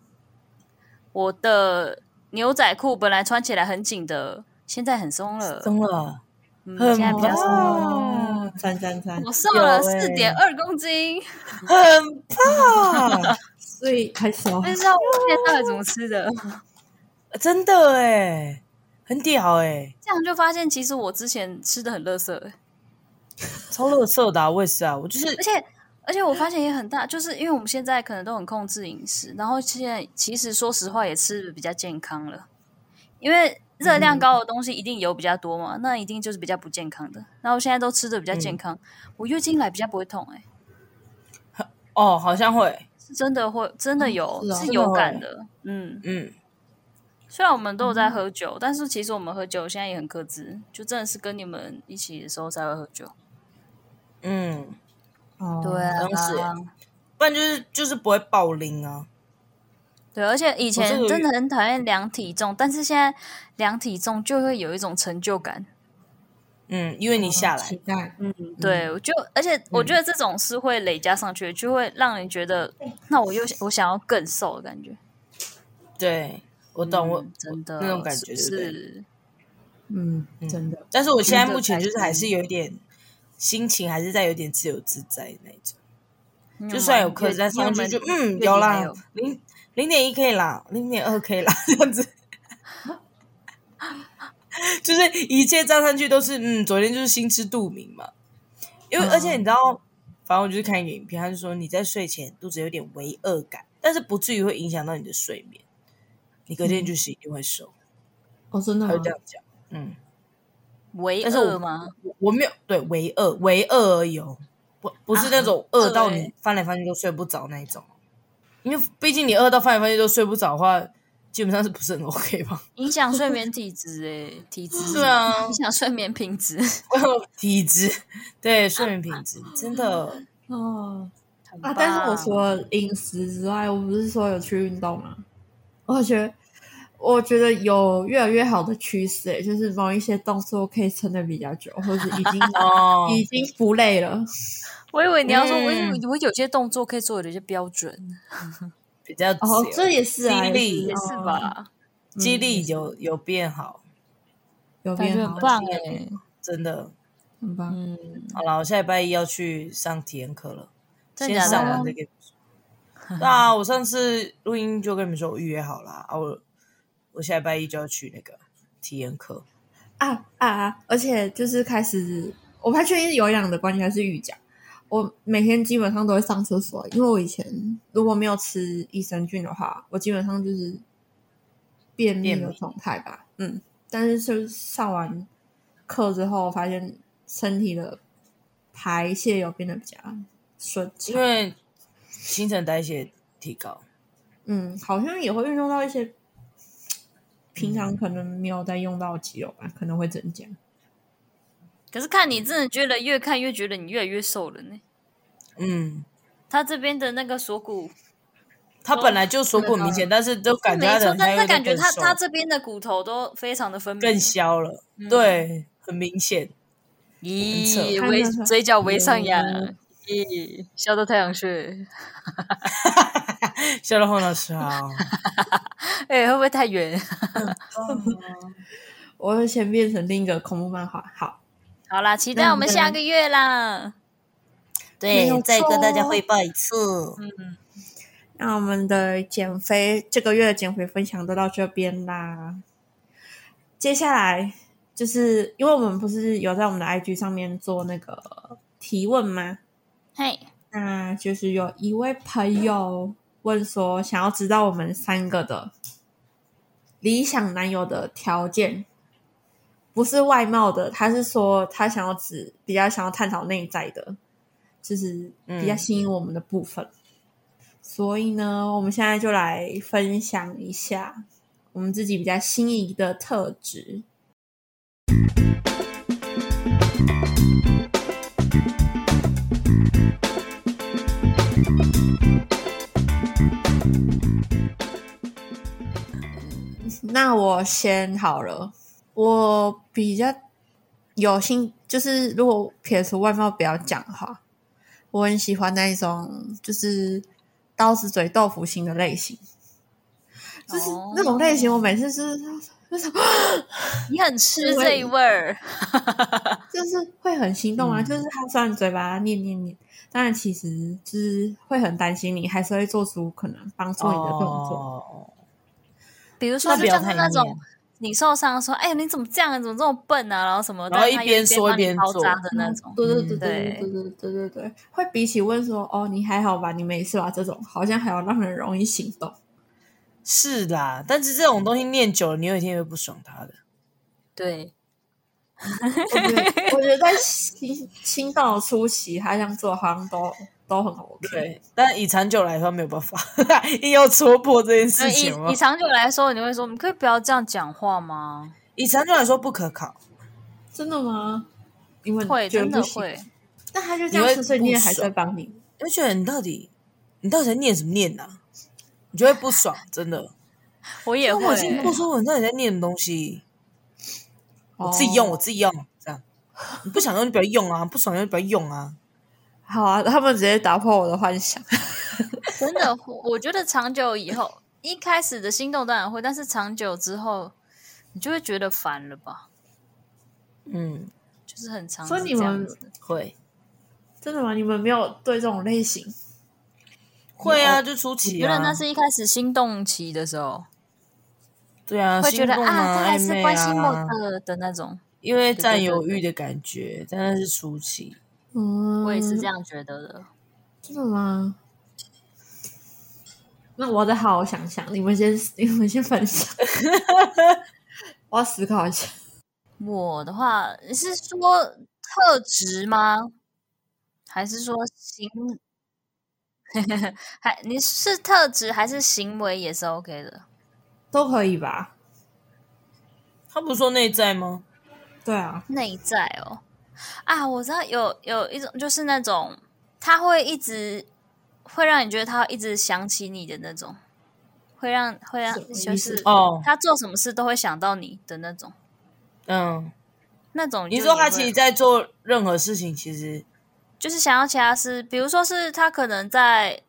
[SPEAKER 3] 我的牛仔裤本来穿起来很紧的，现在很松了，
[SPEAKER 1] 中了，
[SPEAKER 3] 嗯，
[SPEAKER 1] 很
[SPEAKER 3] 现在比较松了。
[SPEAKER 2] 哦
[SPEAKER 1] 棒，
[SPEAKER 2] 三三三，
[SPEAKER 3] 我瘦了
[SPEAKER 1] 有欸
[SPEAKER 3] 四点二公斤，
[SPEAKER 1] 很棒，
[SPEAKER 2] 所以拍手。哦
[SPEAKER 3] 但是我不知道我到底怎么吃的。
[SPEAKER 1] 真的哎，很屌哎，
[SPEAKER 3] 这样就发现其实我之前吃的很垃圾、欸，
[SPEAKER 1] 超乐色的、啊，我也是啊，我就是
[SPEAKER 3] 而且而且我发现也很大，就是因为我们现在可能都很控制饮食，然后现在其实说实话也吃的比较健康了，因为热量高的东西一定油比较多嘛，那一定就是比较不健康的。然后现在都吃的比较健康，我月经来比较不会痛、欸，哎，
[SPEAKER 1] 哦，好像会，
[SPEAKER 3] 是真的会真的有、
[SPEAKER 2] 是哦
[SPEAKER 3] 是
[SPEAKER 1] 真的
[SPEAKER 3] 有
[SPEAKER 1] 会
[SPEAKER 3] 感的，嗯。
[SPEAKER 1] 嗯，
[SPEAKER 3] 虽然我们都有在喝酒，但是其实我们喝酒现在也很克制，就真的是跟你们一起的时候才会喝酒。
[SPEAKER 1] 嗯，
[SPEAKER 2] 哦
[SPEAKER 3] 对啊，
[SPEAKER 1] 当时也不然就是就是不会爆龄啊，
[SPEAKER 3] 对，而且以
[SPEAKER 1] 我这
[SPEAKER 3] 前
[SPEAKER 1] 个
[SPEAKER 3] 真的很讨厌量体重，但是现在量体重就会有一种成就感。
[SPEAKER 1] 嗯，因为你下来
[SPEAKER 2] 期，待，
[SPEAKER 3] 嗯，对，我就而且
[SPEAKER 1] 嗯
[SPEAKER 3] 我觉得这种是会累加上去的，就会让人觉得，那我又我想要更瘦的感觉。
[SPEAKER 1] 对我懂，我
[SPEAKER 3] 嗯真的
[SPEAKER 1] 那种感觉
[SPEAKER 3] 是不
[SPEAKER 1] 对不
[SPEAKER 3] 是
[SPEAKER 2] 嗯，真的，
[SPEAKER 1] 但是我现在目前
[SPEAKER 2] 听
[SPEAKER 1] 就是
[SPEAKER 2] 着开心
[SPEAKER 1] 还是有一点心情，还是在有点自由自在的那一种。
[SPEAKER 3] 你
[SPEAKER 1] 就算有
[SPEAKER 3] 蛮
[SPEAKER 1] 客人在
[SPEAKER 3] 嗯你有
[SPEAKER 1] 上去
[SPEAKER 3] 蛮
[SPEAKER 1] 就嗯
[SPEAKER 3] 月底
[SPEAKER 1] 有
[SPEAKER 3] 还
[SPEAKER 1] 啦
[SPEAKER 3] 有，
[SPEAKER 1] 零零点一 K 啦，零点二 K 啦， 这样 子，就是一切站上去都是嗯，昨天就是心知肚明嘛。因
[SPEAKER 3] 嗯
[SPEAKER 1] 为、而且你知道，反正我就是看一个影片，他就说你在睡前肚子有点微饿感，但是不至于会影响到你的睡眠，你隔
[SPEAKER 3] 嗯
[SPEAKER 1] 天就是一定会瘦，
[SPEAKER 2] 哦，真的
[SPEAKER 1] 他
[SPEAKER 2] 吗
[SPEAKER 1] 就这样讲。嗯，
[SPEAKER 3] 唯
[SPEAKER 1] 但是我
[SPEAKER 3] 二吗？
[SPEAKER 1] 我我没有对唯二唯二而已哦，不不是那种饿到
[SPEAKER 3] 对
[SPEAKER 1] 你翻来翻去都睡不着那一种，因为毕竟你饿到翻来翻去都睡不着的话，基本上是不是很 OK 吧？
[SPEAKER 3] 影响睡眠体质诶、体质
[SPEAKER 1] 对啊
[SPEAKER 3] 影响睡眠品质，
[SPEAKER 1] 体质对睡眠品质真的
[SPEAKER 2] 哦
[SPEAKER 3] 很
[SPEAKER 2] 啊！
[SPEAKER 3] 棒
[SPEAKER 2] 但是我除了饮食之外，我不是说有去运动吗？我觉得，我觉得有越来越好的趋势、欸，就是某一些动作可以撑的比较久，或者已经、
[SPEAKER 1] 哦，
[SPEAKER 2] 已经不累了。
[SPEAKER 3] 我以为你要说，
[SPEAKER 1] 嗯
[SPEAKER 3] 我以为我有些动作可以做的有些标准，
[SPEAKER 1] 比较自
[SPEAKER 2] 哦
[SPEAKER 1] 由，
[SPEAKER 2] 这也是啊，
[SPEAKER 1] 激励
[SPEAKER 3] 也
[SPEAKER 2] 也
[SPEAKER 3] 是
[SPEAKER 2] 是哦
[SPEAKER 3] 吧？
[SPEAKER 1] 肌力有有变好，
[SPEAKER 2] 有
[SPEAKER 3] 感觉
[SPEAKER 2] 变好
[SPEAKER 3] 很，棒
[SPEAKER 1] 有
[SPEAKER 3] 哎、
[SPEAKER 1] 变真的。
[SPEAKER 2] 很棒。
[SPEAKER 3] 嗯，
[SPEAKER 1] 好了，我下礼拜一要去上体验课了，
[SPEAKER 3] 真的
[SPEAKER 1] 先
[SPEAKER 3] 假
[SPEAKER 1] 上
[SPEAKER 3] 的
[SPEAKER 1] 完？再跟你说。对啊，我上次录音就跟你们说我预约好了啊，我我下礼拜一就要去那个体验课。
[SPEAKER 2] 啊啊！啊！而且就是开始，我不太确定是有氧的关系还是瑜伽。我每天基本上都会上厕所，因为我以前如果没有吃益生菌的话，我基本上就是便秘
[SPEAKER 1] 便
[SPEAKER 2] 的
[SPEAKER 1] 秘
[SPEAKER 2] 状态吧。嗯，但是就是上完课之后，发现身体的排泄有变得比较顺
[SPEAKER 1] 因
[SPEAKER 2] 畅。
[SPEAKER 1] 为新陈代谢提高，
[SPEAKER 2] 嗯，好像也会运动到一些平
[SPEAKER 1] 嗯
[SPEAKER 2] 常可能没有在用到的肌肉吧，可能会增加。
[SPEAKER 3] 可是看你真的觉得越看越觉得你越来越瘦了呢。
[SPEAKER 1] 嗯，
[SPEAKER 3] 他这边的那个锁骨，哦
[SPEAKER 1] 他本来就锁骨很明显，但是都感觉
[SPEAKER 3] 没
[SPEAKER 1] 他
[SPEAKER 3] 错
[SPEAKER 1] 的，
[SPEAKER 3] 但是
[SPEAKER 1] 他
[SPEAKER 3] 感觉他他这边的骨头都非常的分明，
[SPEAKER 1] 更消了，
[SPEAKER 3] 嗯
[SPEAKER 1] 对，很明显。
[SPEAKER 3] 咦，
[SPEAKER 2] 很扯
[SPEAKER 3] 微
[SPEAKER 2] 看到他
[SPEAKER 3] 嘴角微上扬
[SPEAKER 2] 嗯，
[SPEAKER 3] 咦，笑到太阳穴，
[SPEAKER 1] 笑到后脑 勺，
[SPEAKER 3] 哎、会不会太远？
[SPEAKER 2] 我会先变成另一个恐怖漫画。好。
[SPEAKER 3] 好啦，期待我们下个月啦。
[SPEAKER 2] 没有
[SPEAKER 1] 再跟大家
[SPEAKER 2] 错哦
[SPEAKER 1] 汇报一次。
[SPEAKER 3] 嗯，
[SPEAKER 2] 那我们的减肥这个月的减肥分享就到这边啦。接下来就是因为我们不是有在我们的 IG 上面做那个提问吗？
[SPEAKER 3] 嘿，
[SPEAKER 2] 那就是有一位朋友问说，想要知道我们三个的理想男友的条件，不是外貌的，他是说他想要只比较想要探讨内在的，就是比较
[SPEAKER 1] 嗯
[SPEAKER 2] 吸引我们的部分。所以呢，我们现在就来分享一下我们自己比较心仪的特质。那我先好了，我比较有兴，就是如果撇除外貌不要讲的话，我很喜欢那一种就是刀子嘴豆腐心的类型，就是
[SPEAKER 3] 哦
[SPEAKER 2] 那种类型，我每次是就是
[SPEAKER 3] 你很吃这一味儿，
[SPEAKER 2] 就是会很心动啊！
[SPEAKER 1] 嗯
[SPEAKER 2] 就是他虽然嘴巴念念念，但是其实就是会很担心你，还是会做出可能帮助你的动作。
[SPEAKER 1] 哦，
[SPEAKER 3] 比如说
[SPEAKER 1] 那
[SPEAKER 3] 就
[SPEAKER 1] 不要
[SPEAKER 3] 像是
[SPEAKER 1] 太
[SPEAKER 3] 那
[SPEAKER 1] 硬
[SPEAKER 3] 种你受伤说，哎呦你怎么这样，你怎么这么笨啊，然后什么，
[SPEAKER 1] 然后
[SPEAKER 3] 但
[SPEAKER 1] 一
[SPEAKER 3] 他又
[SPEAKER 1] 边说一
[SPEAKER 3] 帮你
[SPEAKER 1] 边
[SPEAKER 3] 包
[SPEAKER 1] 做
[SPEAKER 3] 扎的那种，
[SPEAKER 2] 对对
[SPEAKER 1] 嗯
[SPEAKER 2] 对对
[SPEAKER 3] 对
[SPEAKER 2] 对对对对对，会比起问说哦你还好吧，你没事吧这种，好像还要让人容易心动。
[SPEAKER 1] 是啦，但是这种东西念久了，你有一天会不爽他的。
[SPEAKER 3] 对，
[SPEAKER 2] 我觉得我觉得在心心动的初期，他这样做好像都都很 OK。
[SPEAKER 1] 对，但以长久来说没有办法， 硬要戳破这件
[SPEAKER 3] 所
[SPEAKER 1] 事
[SPEAKER 3] 以
[SPEAKER 1] 情吗
[SPEAKER 3] 以以？长久来说，你会说，你可以不要这样讲话吗？
[SPEAKER 1] 以长久来说不可靠，
[SPEAKER 2] 真的吗？
[SPEAKER 1] 嗯
[SPEAKER 2] 因为
[SPEAKER 3] 会，
[SPEAKER 2] 觉得
[SPEAKER 3] 真的
[SPEAKER 2] 不行
[SPEAKER 3] 会。。
[SPEAKER 2] 那他就这
[SPEAKER 1] 你
[SPEAKER 2] 样
[SPEAKER 1] 会
[SPEAKER 2] 碎碎念，还
[SPEAKER 1] 不
[SPEAKER 2] 是
[SPEAKER 1] 爽
[SPEAKER 2] 在帮你。
[SPEAKER 1] 就觉得你到底你到底在念什么念呐、啊？你就会不爽，真的。
[SPEAKER 3] 我也
[SPEAKER 1] 我已经
[SPEAKER 3] 会
[SPEAKER 1] 不，说我到底在念什么东西，我自己
[SPEAKER 2] 哦
[SPEAKER 1] 用，我自己用，这样。你不想用就不要用啊，不爽用就不要用啊。
[SPEAKER 2] 好啊，他们直接打破我的幻想。
[SPEAKER 3] 真的，我觉得长久以后，一开始的心动当然会，但是长久之后，你就会觉得烦了吧？
[SPEAKER 1] 嗯，
[SPEAKER 3] 就是很长
[SPEAKER 2] 所以
[SPEAKER 3] 是
[SPEAKER 2] 你
[SPEAKER 3] 这样
[SPEAKER 2] 们
[SPEAKER 3] 子。
[SPEAKER 1] 会
[SPEAKER 2] 真的吗？你们没有对这种类型？
[SPEAKER 1] 会啊，就初期、啊。
[SPEAKER 3] 觉得那是一开始心动期的时候，
[SPEAKER 1] 对啊，
[SPEAKER 3] 会觉得
[SPEAKER 1] 心动
[SPEAKER 3] 啊，他还
[SPEAKER 1] 暧
[SPEAKER 3] 是
[SPEAKER 1] 昧
[SPEAKER 3] 关心我
[SPEAKER 1] 啊，
[SPEAKER 3] 的的那种。
[SPEAKER 1] 因为
[SPEAKER 3] 对
[SPEAKER 1] 占
[SPEAKER 3] 对
[SPEAKER 1] 有
[SPEAKER 3] 对
[SPEAKER 1] 欲的感觉，但那是初期。
[SPEAKER 2] 嗯，
[SPEAKER 3] 我也是这。样觉得的。
[SPEAKER 2] 真的吗？那我得好好想想。你们先， 你们先分 享。我要思考一下。
[SPEAKER 3] 我的话，你是说特质吗？还是说行？ 还你是特质还是行为也是 OK 的？
[SPEAKER 2] 都可以吧？
[SPEAKER 1] 他不是说内在吗？
[SPEAKER 2] 对啊，
[SPEAKER 3] 内在哦，啊，我知道有有一种就是那种他会一直会让你觉得他一直想起你的那种，会让会让
[SPEAKER 2] 什么
[SPEAKER 3] 就
[SPEAKER 2] 意思
[SPEAKER 3] 是
[SPEAKER 1] 哦，
[SPEAKER 3] 他做什么事都会想到你的那种，
[SPEAKER 1] 嗯，
[SPEAKER 3] 那种
[SPEAKER 1] 你
[SPEAKER 3] 就
[SPEAKER 1] 说
[SPEAKER 3] 也
[SPEAKER 1] 他
[SPEAKER 3] 会
[SPEAKER 1] 其实在做任何事情，其实
[SPEAKER 3] 就是想要其他事，比如说是他可能在，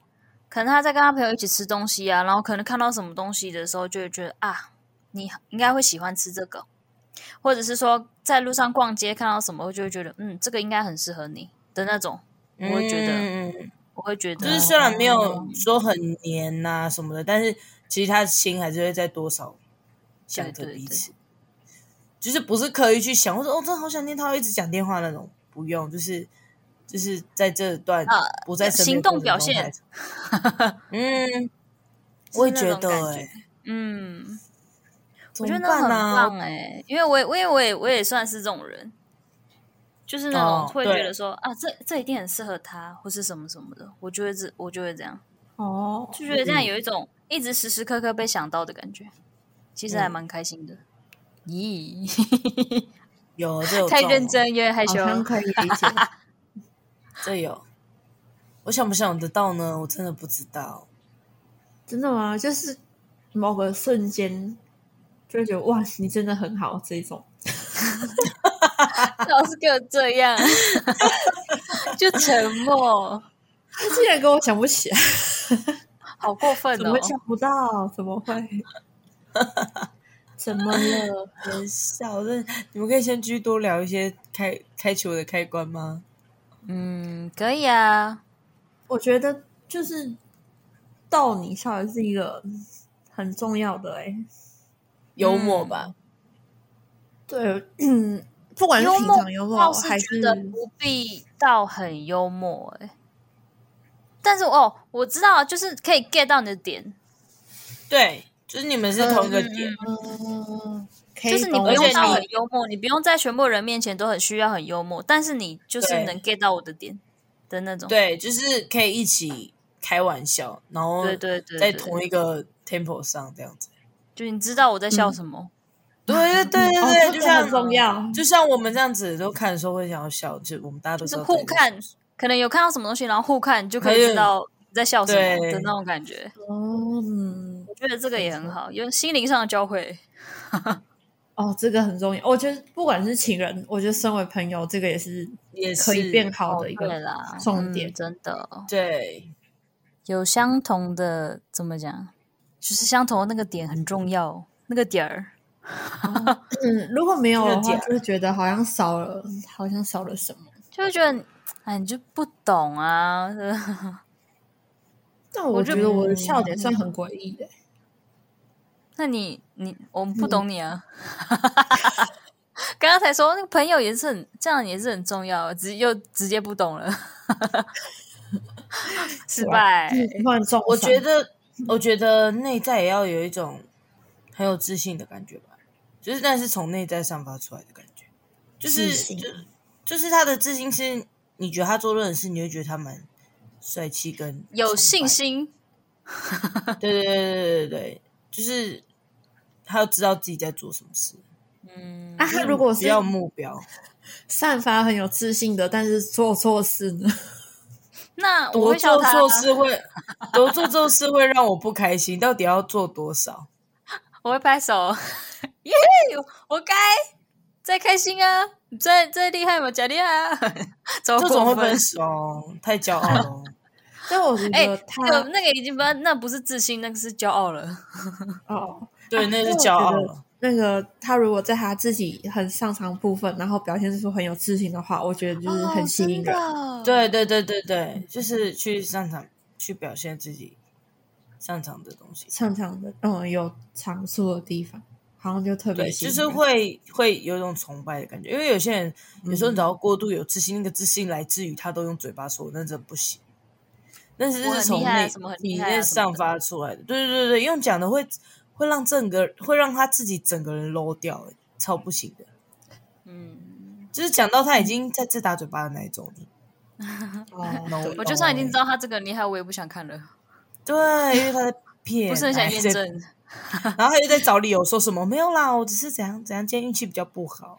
[SPEAKER 3] 可能他在跟他朋友一起吃东西啊，然后可能看到什么东西的时候，就会觉得啊，你应该会喜欢吃这个，或者是说在路上逛街看到什么，就会觉得嗯，这个应该很适合你的那种，我会觉得，
[SPEAKER 1] 嗯嗯嗯
[SPEAKER 3] 我会觉得
[SPEAKER 1] 就是虽然没有
[SPEAKER 3] 嗯
[SPEAKER 1] 说很黏呐、什么的，但是其实他心还是会在多少想着
[SPEAKER 3] 对对
[SPEAKER 1] 彼此，就是不是刻意去想，我说哦，真的好想念他，一直讲电话那种，不用，就是就是在这段
[SPEAKER 3] 啊
[SPEAKER 1] 不在身边
[SPEAKER 3] 行
[SPEAKER 1] 的
[SPEAKER 3] 动
[SPEAKER 1] 过程
[SPEAKER 3] 表
[SPEAKER 1] 中
[SPEAKER 3] 现
[SPEAKER 1] 才， 嗯，我也
[SPEAKER 3] 那
[SPEAKER 1] 觉
[SPEAKER 3] 种
[SPEAKER 1] 得
[SPEAKER 3] 感
[SPEAKER 1] 哎、
[SPEAKER 3] 觉嗯，
[SPEAKER 1] 怎
[SPEAKER 3] 我觉
[SPEAKER 1] 么
[SPEAKER 3] 得那
[SPEAKER 1] 办
[SPEAKER 3] 很
[SPEAKER 1] 啊？
[SPEAKER 3] 棒哎、因为我也我也我也我也算是这种人。就是那种
[SPEAKER 1] 哦
[SPEAKER 3] 会
[SPEAKER 1] 对
[SPEAKER 3] 觉得说、啊，这这一定很适合他，或是什么什么的，我就会这我就会这样。
[SPEAKER 2] 哦，
[SPEAKER 3] 就觉得这样
[SPEAKER 1] 嗯
[SPEAKER 3] 有一种一直时时刻刻被想到的感觉，其实还
[SPEAKER 1] 嗯
[SPEAKER 3] 蛮开心的。咦，
[SPEAKER 1] 有这有
[SPEAKER 3] 太
[SPEAKER 1] 中
[SPEAKER 3] 认
[SPEAKER 1] 哦，
[SPEAKER 3] 真有点害
[SPEAKER 2] 好
[SPEAKER 3] 羞。
[SPEAKER 2] 像可以理 解。
[SPEAKER 1] 这有，我想不想得到呢？我真的不知道。
[SPEAKER 2] 真的吗？就是某个瞬间就会觉得哇，你真的很好这种。
[SPEAKER 3] 老是给我这 样，就沉默，
[SPEAKER 2] 他竟然跟我想不起来，
[SPEAKER 3] 好过分
[SPEAKER 2] 怎
[SPEAKER 3] 哦
[SPEAKER 2] 么！想不到？怎么会？ 怎么了？
[SPEAKER 1] 很笑，那你们可以先继续多聊一些开开球的开关吗？
[SPEAKER 3] 嗯，可以啊，
[SPEAKER 2] 我觉得就是逗你笑也是一个很重要的哎、
[SPEAKER 1] 幽默吧，
[SPEAKER 2] 对，嗯，不管是
[SPEAKER 3] 幽
[SPEAKER 2] 平
[SPEAKER 3] 默
[SPEAKER 2] 常幽默
[SPEAKER 3] 倒是
[SPEAKER 2] 还
[SPEAKER 3] 觉
[SPEAKER 2] 是嗯
[SPEAKER 3] 得不必到很幽默哎、但是哦，我知道，就是可以 get 到你的点，
[SPEAKER 1] 对，就是你们是同一个点，
[SPEAKER 2] 嗯，可以
[SPEAKER 3] 就是你
[SPEAKER 2] 懂
[SPEAKER 3] 不
[SPEAKER 1] 而且
[SPEAKER 3] 用到
[SPEAKER 1] 你
[SPEAKER 3] 很幽默，你不用在全部人面前都很需要很幽默，但是你就是
[SPEAKER 1] 对
[SPEAKER 3] 能 get 到我的点的那种。
[SPEAKER 1] 对，就是可以一起开玩笑，然后
[SPEAKER 3] 对对对，
[SPEAKER 1] 在
[SPEAKER 3] 对
[SPEAKER 1] 同一个 tempo 上这样子。
[SPEAKER 3] 就你知道我在笑
[SPEAKER 2] 嗯
[SPEAKER 3] 什么，
[SPEAKER 1] 对对对
[SPEAKER 2] 哦
[SPEAKER 1] 对对，
[SPEAKER 2] 这
[SPEAKER 1] 嗯就
[SPEAKER 2] 个很
[SPEAKER 1] 像
[SPEAKER 2] 重要，
[SPEAKER 1] 就像我们这样子都看的时候会想要笑，就我们大家都
[SPEAKER 3] 就
[SPEAKER 1] 知
[SPEAKER 3] 是
[SPEAKER 1] 道
[SPEAKER 3] 互
[SPEAKER 1] 在
[SPEAKER 3] 看，可能有看到什么东西，然后互看你就可以
[SPEAKER 1] 对
[SPEAKER 3] 知道你在笑什么
[SPEAKER 1] 对
[SPEAKER 3] 的那种感觉。
[SPEAKER 2] 嗯，
[SPEAKER 3] 我觉得这个也很好，有心灵上的交汇。
[SPEAKER 2] 哦，这个很重要。我觉得不管是情人，我觉得身为朋友，这个也是
[SPEAKER 1] 也是
[SPEAKER 2] 可以变好的一
[SPEAKER 3] 对
[SPEAKER 2] 个
[SPEAKER 3] 啦，
[SPEAKER 2] 重
[SPEAKER 3] 嗯
[SPEAKER 2] 点。
[SPEAKER 3] 真的
[SPEAKER 1] 对
[SPEAKER 3] 有相同的，怎么讲？就是相同的那个点很重要，那个点儿。
[SPEAKER 2] 嗯，如果没有的
[SPEAKER 1] 真
[SPEAKER 2] 话，
[SPEAKER 1] 的假的
[SPEAKER 2] 就会觉得好像少了，好像少了什么。
[SPEAKER 3] 就会觉得你，哎，你就不懂啊，
[SPEAKER 2] 但我
[SPEAKER 3] 就
[SPEAKER 2] 觉得我的笑点算很诡异的、
[SPEAKER 3] 那你你我
[SPEAKER 1] 嗯
[SPEAKER 3] 们不懂你啊。 刚刚才说那个朋友也是很这样也是很重要，直又直接不懂了， 失败。
[SPEAKER 1] 嗯
[SPEAKER 2] 换重伤，
[SPEAKER 1] 我觉得，我觉得内在也要有一种很有自信的感觉吧，就是但是从内在散发出来的感觉，就是
[SPEAKER 2] 自信
[SPEAKER 1] 就就是他的自信是，你觉得他做任何事，你会觉得他蛮帅气跟
[SPEAKER 3] 有信
[SPEAKER 1] 心，
[SPEAKER 3] 心，
[SPEAKER 1] 对对对对对对，就是他要知道自己在做什么事，
[SPEAKER 3] 嗯，
[SPEAKER 2] 啊，如果
[SPEAKER 1] 只
[SPEAKER 2] 是
[SPEAKER 1] 要有目标，
[SPEAKER 2] 散发很有自信的，但是做错事呢？
[SPEAKER 3] 那我
[SPEAKER 1] 多
[SPEAKER 3] 会笑
[SPEAKER 1] 做
[SPEAKER 3] 他啊，
[SPEAKER 1] 错事会多做错事会让我不开心，到底要做多少？
[SPEAKER 3] 我会拍手，耶，我该再开心啊，再再厉害嘛，假厉害啊， 这
[SPEAKER 1] 这种会分手哦，太骄傲了哦。
[SPEAKER 2] 但我觉
[SPEAKER 3] 哎、
[SPEAKER 2] 得他、
[SPEAKER 3] 那个那个已经不，那不是自信，那个是骄傲了。
[SPEAKER 2] 哦，
[SPEAKER 1] 对，那是
[SPEAKER 2] 我
[SPEAKER 1] 骄傲
[SPEAKER 2] 觉得
[SPEAKER 1] 了。
[SPEAKER 2] 那个他如果在他自己很擅长部分，然后表现出很有自信的话，我觉得就是很吸引人。
[SPEAKER 3] 哦真的
[SPEAKER 1] 对对对对对，就是去擅长去表现自己擅长的东西，
[SPEAKER 2] 擅长的，嗯，有长处的地方，好像就特别
[SPEAKER 1] 对，
[SPEAKER 2] 吸
[SPEAKER 1] 就
[SPEAKER 2] 引
[SPEAKER 1] 是
[SPEAKER 2] 人
[SPEAKER 1] 会会有一种崇拜的感觉。因为有些人有时
[SPEAKER 3] 嗯
[SPEAKER 1] 候你只要过度有自信，那个自信来自于他都用嘴巴说，那真的不行。但是
[SPEAKER 3] 我
[SPEAKER 1] 这
[SPEAKER 3] 很
[SPEAKER 1] 是从
[SPEAKER 3] 厉害啊
[SPEAKER 1] 内
[SPEAKER 3] 什么很厉
[SPEAKER 1] 里
[SPEAKER 3] 害啊
[SPEAKER 1] 面
[SPEAKER 3] 什么
[SPEAKER 1] 散
[SPEAKER 3] 的
[SPEAKER 1] 发出来的，对对对对，用讲的会会让整个会让他自己整个人 low 掉、欸超不行的。
[SPEAKER 3] 嗯，
[SPEAKER 1] 就是讲到他已经在自打嘴巴的那一种，
[SPEAKER 2] 哦，
[SPEAKER 1] no，
[SPEAKER 3] 我就算已经知道他这个厉害，我也不想看了，
[SPEAKER 1] 对，因为他在骗，
[SPEAKER 3] 不是很想
[SPEAKER 1] 哎
[SPEAKER 3] 验
[SPEAKER 1] 这
[SPEAKER 3] 证。
[SPEAKER 1] 然后他又在找理由说什么没有啦，我只是怎样怎样，今天运气比较不好。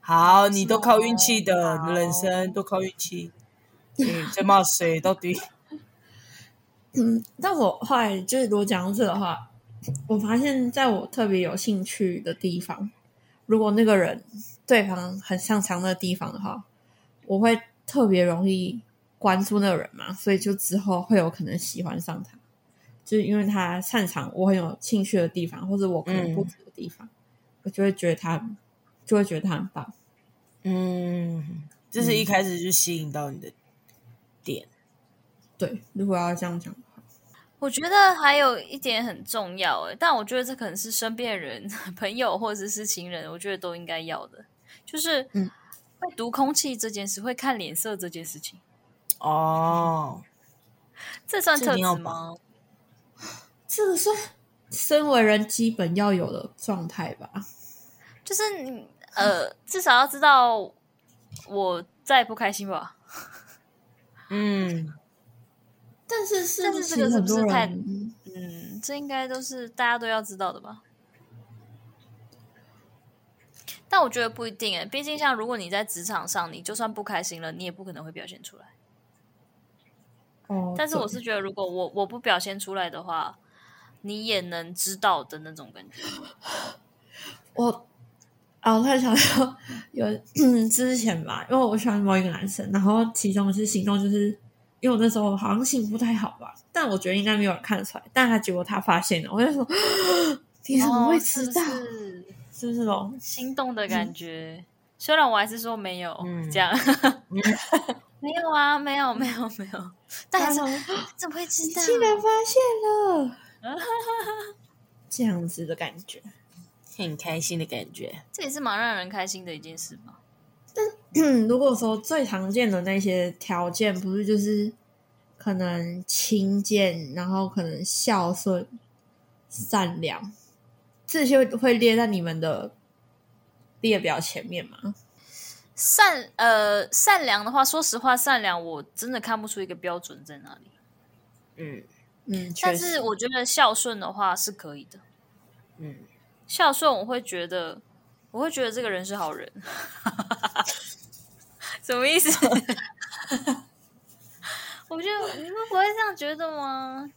[SPEAKER 1] 好，你都靠运气的，
[SPEAKER 3] 好
[SPEAKER 1] 你的人生都靠运气。你在骂谁？到底？
[SPEAKER 2] 嗯，但我后来就是如果讲到这的话，我发现在我特别有兴趣的地方，如果那个人对方很擅长的地方的话，我会特别容易关注那个人嘛，所以就之后会有可能喜欢上他，就是因为他擅长我很有兴趣的地方，或者我可能不足的地方，我就会觉得他，就会觉得他很棒。
[SPEAKER 1] 嗯，这是一开始就吸引到你的点。
[SPEAKER 2] 对，如果要这样讲的话，
[SPEAKER 3] 我觉得还有一点很重要诶，但我觉得这可能是身边的人、 朋友或者是情人，我觉得都应该要的，就是
[SPEAKER 2] 嗯
[SPEAKER 3] 会读空气这件事，会看脸色这件事情，
[SPEAKER 1] 哦，
[SPEAKER 3] 这算
[SPEAKER 1] 这
[SPEAKER 3] 特
[SPEAKER 1] 一定要
[SPEAKER 3] 质吗？
[SPEAKER 2] 这个算身为人基本要有的状态吧。
[SPEAKER 3] 就是你呃，至少要知道我在不开心吧。
[SPEAKER 1] 嗯，
[SPEAKER 2] 但是是
[SPEAKER 3] 但
[SPEAKER 2] 不
[SPEAKER 3] 是
[SPEAKER 2] 是
[SPEAKER 3] 这个是
[SPEAKER 2] 很
[SPEAKER 3] 不是
[SPEAKER 2] 多
[SPEAKER 3] 太
[SPEAKER 2] 人
[SPEAKER 3] 嗯，这应该都是大家都要知道的吧？但我觉得不一定诶、欸毕竟像如果你在职场上，你就算不开心了，你也不可能会表现出来。
[SPEAKER 2] 哦，
[SPEAKER 3] 但是我
[SPEAKER 2] 对
[SPEAKER 3] 是觉得，如果我我不表现出来的话，你也能知道的那种感觉。
[SPEAKER 2] 我啊，我突然想到有嗯之前吧，因为我喜欢某一个男生，然后其中是行动，就是因为我那时候好像性不太好吧，但我觉得应该没有人看出来，但他结果他发现了，我 就说你怎么会知道？
[SPEAKER 3] 哦是不
[SPEAKER 2] 是不是龙
[SPEAKER 3] 是？心动的感觉？虽然我还是说没有，
[SPEAKER 1] 嗯
[SPEAKER 3] 这样 没有啊，没有，没有，没有。但是
[SPEAKER 2] 他说
[SPEAKER 3] 怎么会知
[SPEAKER 2] 你
[SPEAKER 3] 道？
[SPEAKER 2] 竟然发现了， 这样子的感觉。
[SPEAKER 1] 很开心的感觉。
[SPEAKER 3] 这也是蛮让人开心的一件事吧。
[SPEAKER 2] 如果说最常见的那些条件，不是就是可能勤俭，然后可能孝顺、善良，这些会列在你们的列表前面吗？
[SPEAKER 3] 善呃善良的话，说实话，善良我真的看不出一个标准在哪里。
[SPEAKER 1] 嗯
[SPEAKER 2] 嗯，确
[SPEAKER 3] 但
[SPEAKER 2] 实
[SPEAKER 3] 是我觉得孝顺的话是可以的，
[SPEAKER 1] 嗯，
[SPEAKER 3] 孝顺我会觉得，我会觉得这个人是好人， 什么意思？ 我觉得你们不会这样觉得吗？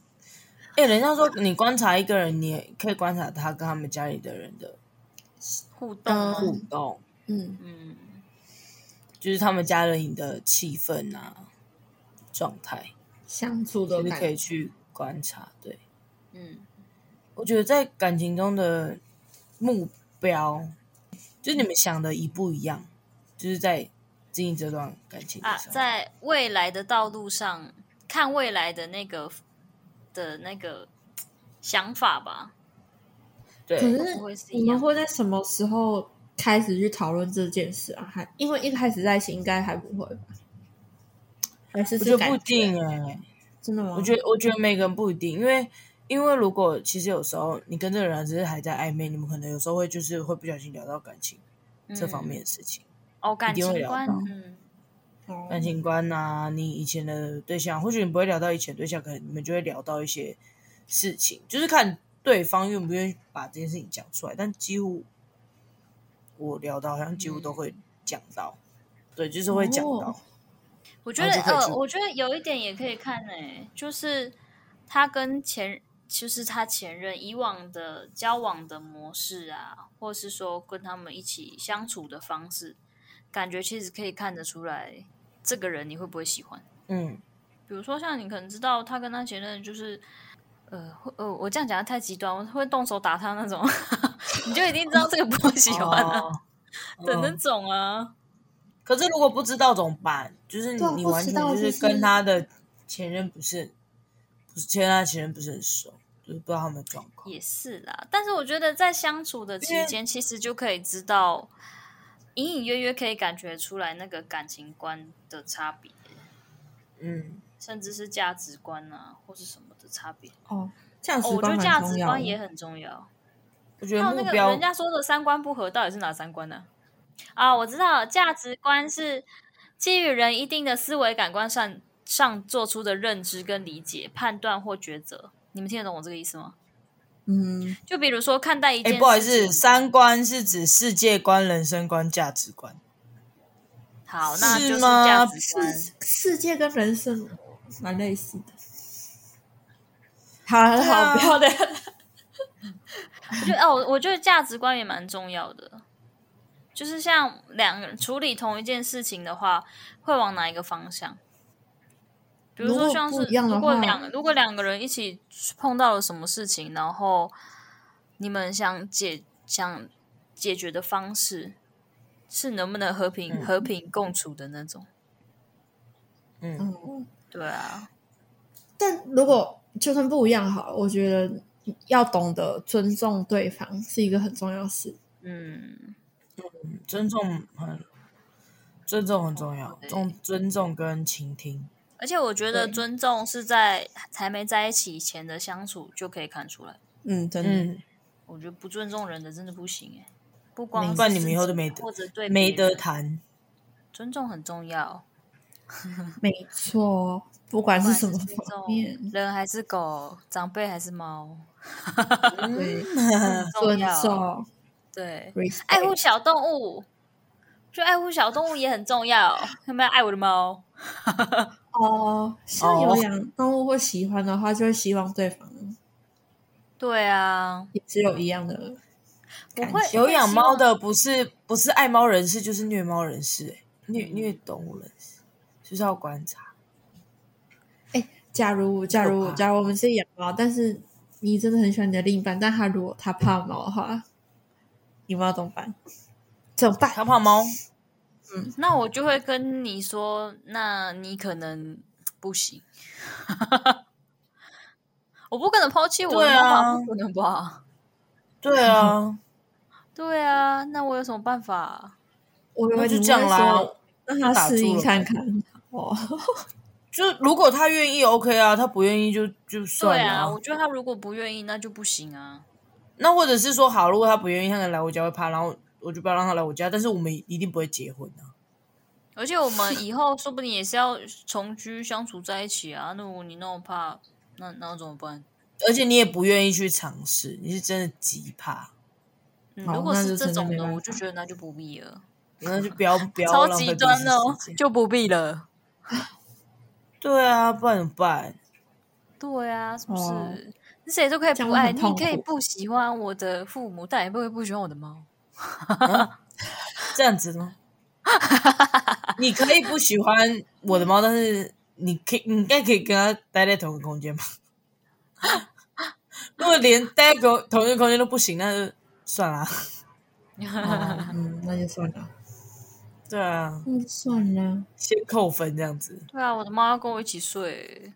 [SPEAKER 1] 哎、人家说你观察一个人，你也可以观察他跟他们家里的人的
[SPEAKER 3] 互动吗？
[SPEAKER 1] 互动，
[SPEAKER 2] 嗯，
[SPEAKER 3] 嗯，
[SPEAKER 1] 就是他们家人的气氛啊、状态，
[SPEAKER 2] 相处的
[SPEAKER 1] 就是
[SPEAKER 2] 感
[SPEAKER 1] 可以
[SPEAKER 2] 觉，
[SPEAKER 1] 去观察。对。
[SPEAKER 3] 嗯，
[SPEAKER 1] 我觉得在感情中的目标，就是你们想的一不一样，就是在经营这段感情的
[SPEAKER 3] 啊，
[SPEAKER 1] 时候，
[SPEAKER 3] 在未来的道路上，看嗯未来的那个的那个想法吧。
[SPEAKER 1] 对，
[SPEAKER 2] 可
[SPEAKER 3] 不会是
[SPEAKER 2] 是
[SPEAKER 3] 一
[SPEAKER 2] 你
[SPEAKER 3] 样
[SPEAKER 2] 们会在什么时候开始去讨论这件事啊？还因为一开始在一起应该还不会吧？还是
[SPEAKER 1] 我
[SPEAKER 2] 是
[SPEAKER 1] 觉得
[SPEAKER 2] 感啊
[SPEAKER 1] 不一定哎、
[SPEAKER 2] 真的吗？
[SPEAKER 1] 我觉得我觉得每个人不一定，因为因为如果其实有时候你跟这个人只是还在暧昧，你们可能有时候会就是会不小心聊到感情、这
[SPEAKER 3] 嗯
[SPEAKER 1] 方面的事情，
[SPEAKER 3] 哦，感
[SPEAKER 1] 一定会
[SPEAKER 3] 情
[SPEAKER 1] 聊
[SPEAKER 3] 观
[SPEAKER 1] 到，
[SPEAKER 3] 嗯，
[SPEAKER 2] 哦
[SPEAKER 1] 感情观呐、你以前的对象，或许你不会聊到以前对象，可能你们就会聊到一些事情，就是看对方愿不愿意把这件事情讲出来。但几乎我聊到好像几乎都会讲到，对，就是会讲
[SPEAKER 2] 哦
[SPEAKER 1] 到。
[SPEAKER 3] 我觉
[SPEAKER 1] 然
[SPEAKER 3] 得
[SPEAKER 1] 后就可以
[SPEAKER 3] 呃
[SPEAKER 1] 去，
[SPEAKER 3] 我觉得有一点也可以看诶、就是他跟前，就是他前任以往的交往的模式啊，或是说跟他们一起相处的方式，感觉其实可以看得出来，这个人你会不会喜欢。
[SPEAKER 1] 嗯，
[SPEAKER 3] 比如说像你可能知道他跟他前任就是，呃，会呃，我这样讲得太极端，我会动手打他那种， 你就一定知道这个不会喜欢啊
[SPEAKER 1] 哦
[SPEAKER 3] 的那
[SPEAKER 1] 嗯
[SPEAKER 3] 种啊。
[SPEAKER 1] 可是如果不知道怎么办？就是你,、
[SPEAKER 2] 对啊
[SPEAKER 1] 你
[SPEAKER 2] 不
[SPEAKER 1] 完
[SPEAKER 2] 知
[SPEAKER 1] 全
[SPEAKER 2] 道
[SPEAKER 1] 就
[SPEAKER 2] 就是是
[SPEAKER 1] 跟他的前任不是，不是前他前任不是很熟，就是不知道他们的状况。
[SPEAKER 3] 也是啦，但是我觉得在相处的期
[SPEAKER 1] 因
[SPEAKER 3] 间，其实就可以知道，隐隐约约可以感觉出来那个感情观的差别，
[SPEAKER 1] 嗯，
[SPEAKER 3] 甚至是价值观啊，或是什么的差别。
[SPEAKER 2] 哦，价
[SPEAKER 3] 哦，
[SPEAKER 2] 值
[SPEAKER 3] 我觉
[SPEAKER 2] 观
[SPEAKER 3] 得
[SPEAKER 2] 蛮
[SPEAKER 3] 价值
[SPEAKER 2] 重要的。
[SPEAKER 3] 观也很重要。
[SPEAKER 1] 我觉得
[SPEAKER 3] 还有
[SPEAKER 1] 目
[SPEAKER 3] 那个
[SPEAKER 1] 标、
[SPEAKER 3] 人家说的三观不合，到底是哪三观呢、啊？我知道，价值观是基于人一定的思维感官上上做出的认知跟理解、判断或抉择。你们听得懂我这个意思吗？
[SPEAKER 2] 嗯，
[SPEAKER 3] 就比如说看待一
[SPEAKER 1] 哎、
[SPEAKER 3] 件，
[SPEAKER 1] 不好意思，，三观是指世界观、人生观、价值观。
[SPEAKER 3] 好，那就是是
[SPEAKER 1] 吗
[SPEAKER 3] 价值观。
[SPEAKER 2] 世世界跟人生蛮类似的。好了，
[SPEAKER 1] 对啊
[SPEAKER 2] 好，不要的。
[SPEAKER 3] 我觉得哦，我我觉得价值观也蛮重要的，就是像两个人处理同一件事情的话，会往哪一个方向？比如
[SPEAKER 2] 如
[SPEAKER 3] 说
[SPEAKER 2] 果
[SPEAKER 3] 像
[SPEAKER 2] 不
[SPEAKER 3] 是
[SPEAKER 2] 一样的
[SPEAKER 3] 如果
[SPEAKER 2] 话
[SPEAKER 3] 两如果两个人一起碰到了什么事情，然后你们想解想解决的方式是能不能和平、
[SPEAKER 1] 嗯
[SPEAKER 3] 和平共处的那种？
[SPEAKER 1] 嗯，
[SPEAKER 2] 嗯，
[SPEAKER 3] 对啊，
[SPEAKER 2] 但如果就算不一样好了，我觉得要懂得尊重对方是一个很重要的事。
[SPEAKER 3] 嗯，
[SPEAKER 1] 尊重很，尊重很重要，
[SPEAKER 3] 对
[SPEAKER 1] 重尊重跟倾听。
[SPEAKER 3] 而且我觉得
[SPEAKER 2] 对
[SPEAKER 3] 尊重是在还没在一起以前的相处就可以看出来。
[SPEAKER 2] 嗯，真
[SPEAKER 1] 嗯，
[SPEAKER 3] 我觉得不尊重人的真的不行哎，不
[SPEAKER 1] 明
[SPEAKER 3] 光
[SPEAKER 1] 白
[SPEAKER 3] 是
[SPEAKER 1] 你们以后都
[SPEAKER 3] 自己
[SPEAKER 1] 没得
[SPEAKER 3] 或者对
[SPEAKER 1] 没
[SPEAKER 3] 别人
[SPEAKER 1] 得谈。
[SPEAKER 3] 尊重很重要，
[SPEAKER 2] 没错，不管
[SPEAKER 3] 不
[SPEAKER 2] 是
[SPEAKER 3] 管
[SPEAKER 2] 什么
[SPEAKER 3] 尊
[SPEAKER 2] 方
[SPEAKER 3] 重
[SPEAKER 2] 面，
[SPEAKER 3] 人还是狗，长辈还是猫，嗯
[SPEAKER 2] 对，
[SPEAKER 3] 很重
[SPEAKER 2] 尊
[SPEAKER 3] 要。
[SPEAKER 2] 重、哎
[SPEAKER 3] 对，
[SPEAKER 2] respect
[SPEAKER 3] 爱护小动物，就爱护小动物也很重要。有没有爱我的猫？
[SPEAKER 2] 哦。像
[SPEAKER 1] 哦
[SPEAKER 2] 有养动物或喜欢的话，就会希望对方
[SPEAKER 3] 对啊，
[SPEAKER 2] 也只有一样的
[SPEAKER 3] 我
[SPEAKER 2] 感
[SPEAKER 3] 会
[SPEAKER 2] 情。
[SPEAKER 1] 有养猫的不是不是爱猫人士，就是虐猫人士、欸，虐
[SPEAKER 3] 嗯
[SPEAKER 1] 虐动物人士，就是要观察。
[SPEAKER 2] 假如假
[SPEAKER 1] 可
[SPEAKER 2] 如
[SPEAKER 1] 怕
[SPEAKER 2] 假如我们是养猫，但是你真的很喜欢你的另一半，但他如果他怕猫的话，你们要怎么办？怎么办？
[SPEAKER 1] 他怕 猫，
[SPEAKER 3] 那我就会跟你说，那你可能不行。我不可能抛弃我的
[SPEAKER 1] 对
[SPEAKER 3] 猫吧，
[SPEAKER 1] 啊
[SPEAKER 3] 不可能吧？
[SPEAKER 1] 对啊，
[SPEAKER 3] 对啊，那我有什么办法？
[SPEAKER 2] 我以
[SPEAKER 1] 那
[SPEAKER 2] 为
[SPEAKER 1] 就
[SPEAKER 2] 你
[SPEAKER 1] 这样
[SPEAKER 2] 会
[SPEAKER 1] 啦
[SPEAKER 2] 说，让
[SPEAKER 1] 打
[SPEAKER 2] 他适
[SPEAKER 1] 住
[SPEAKER 2] 应
[SPEAKER 1] 了
[SPEAKER 2] 看看。哦，
[SPEAKER 1] 就如果他愿意 OK 啊，他不愿意就就
[SPEAKER 3] 对
[SPEAKER 1] 算了、
[SPEAKER 3] 啊，我觉得他如果不愿意，那就不行啊。
[SPEAKER 1] 那或者是说好，如果他不愿意，他可能来我家会怕，然后我就不要让他来我家，但是我们一定不会结婚啊。
[SPEAKER 3] 而且我们以后说不定也是要重居相处在一起啊。那如果你那么怕，那那怎么办？
[SPEAKER 1] 而且你也不愿意去尝试，你是真的极怕，
[SPEAKER 3] 嗯，
[SPEAKER 2] 好
[SPEAKER 3] 如果
[SPEAKER 2] 那
[SPEAKER 3] 是
[SPEAKER 2] 就
[SPEAKER 3] 这
[SPEAKER 2] 真的
[SPEAKER 3] 种
[SPEAKER 2] 没
[SPEAKER 3] 的，
[SPEAKER 2] 办
[SPEAKER 3] 我就
[SPEAKER 2] 法
[SPEAKER 3] 觉得那就不必了，
[SPEAKER 1] 那就不要不要
[SPEAKER 3] 超
[SPEAKER 1] 浪费
[SPEAKER 3] 极
[SPEAKER 1] 彼
[SPEAKER 3] 端
[SPEAKER 1] 此
[SPEAKER 3] 哦
[SPEAKER 1] 时，间。
[SPEAKER 3] 就不必了。
[SPEAKER 1] 对啊，不然怎么办？
[SPEAKER 3] 对啊，是不
[SPEAKER 2] 哦
[SPEAKER 3] 是？你谁都可以
[SPEAKER 2] 这样
[SPEAKER 3] 不
[SPEAKER 2] 会
[SPEAKER 3] 爱，
[SPEAKER 2] 很
[SPEAKER 3] 你
[SPEAKER 2] 痛
[SPEAKER 3] 可以
[SPEAKER 2] 苦
[SPEAKER 3] 不喜欢我的父母，但也不会不喜欢我的猫。
[SPEAKER 1] 这样子 吗？你可以不喜欢我的猫，但是你可以，你应该可以跟它待在同一个空间吧？如果连待在同同一个空间都不行，那就算了。
[SPEAKER 2] 哦嗯，那就算了，
[SPEAKER 1] 对啊，
[SPEAKER 2] 那就算了。
[SPEAKER 1] 先扣分这样子，
[SPEAKER 3] 对啊，我的猫要跟我一起睡，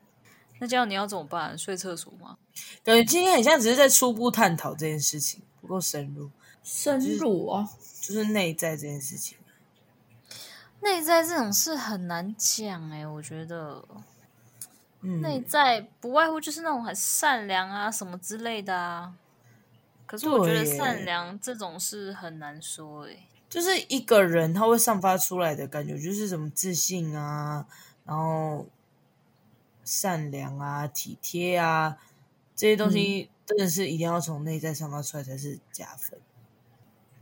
[SPEAKER 3] 那这样你要怎么办？睡厕所吗？
[SPEAKER 1] 感觉今天很像只是在初步探讨这件事情，够深入，
[SPEAKER 2] 深入哦，
[SPEAKER 1] 就是内在这件事情。
[SPEAKER 3] 内在这种事很难讲哎、我觉得
[SPEAKER 1] 嗯，
[SPEAKER 3] 内在不外乎就是那种很善良啊什么之类的啊。可是我觉得
[SPEAKER 1] 对耶
[SPEAKER 3] 善良这种事很难说哎、
[SPEAKER 1] 就是一个人他会散发出来的感觉，就是什么自信啊，然后善良啊、体贴啊这些东
[SPEAKER 3] 嗯
[SPEAKER 1] 西，真的是一定要从内在散发出来才是加分。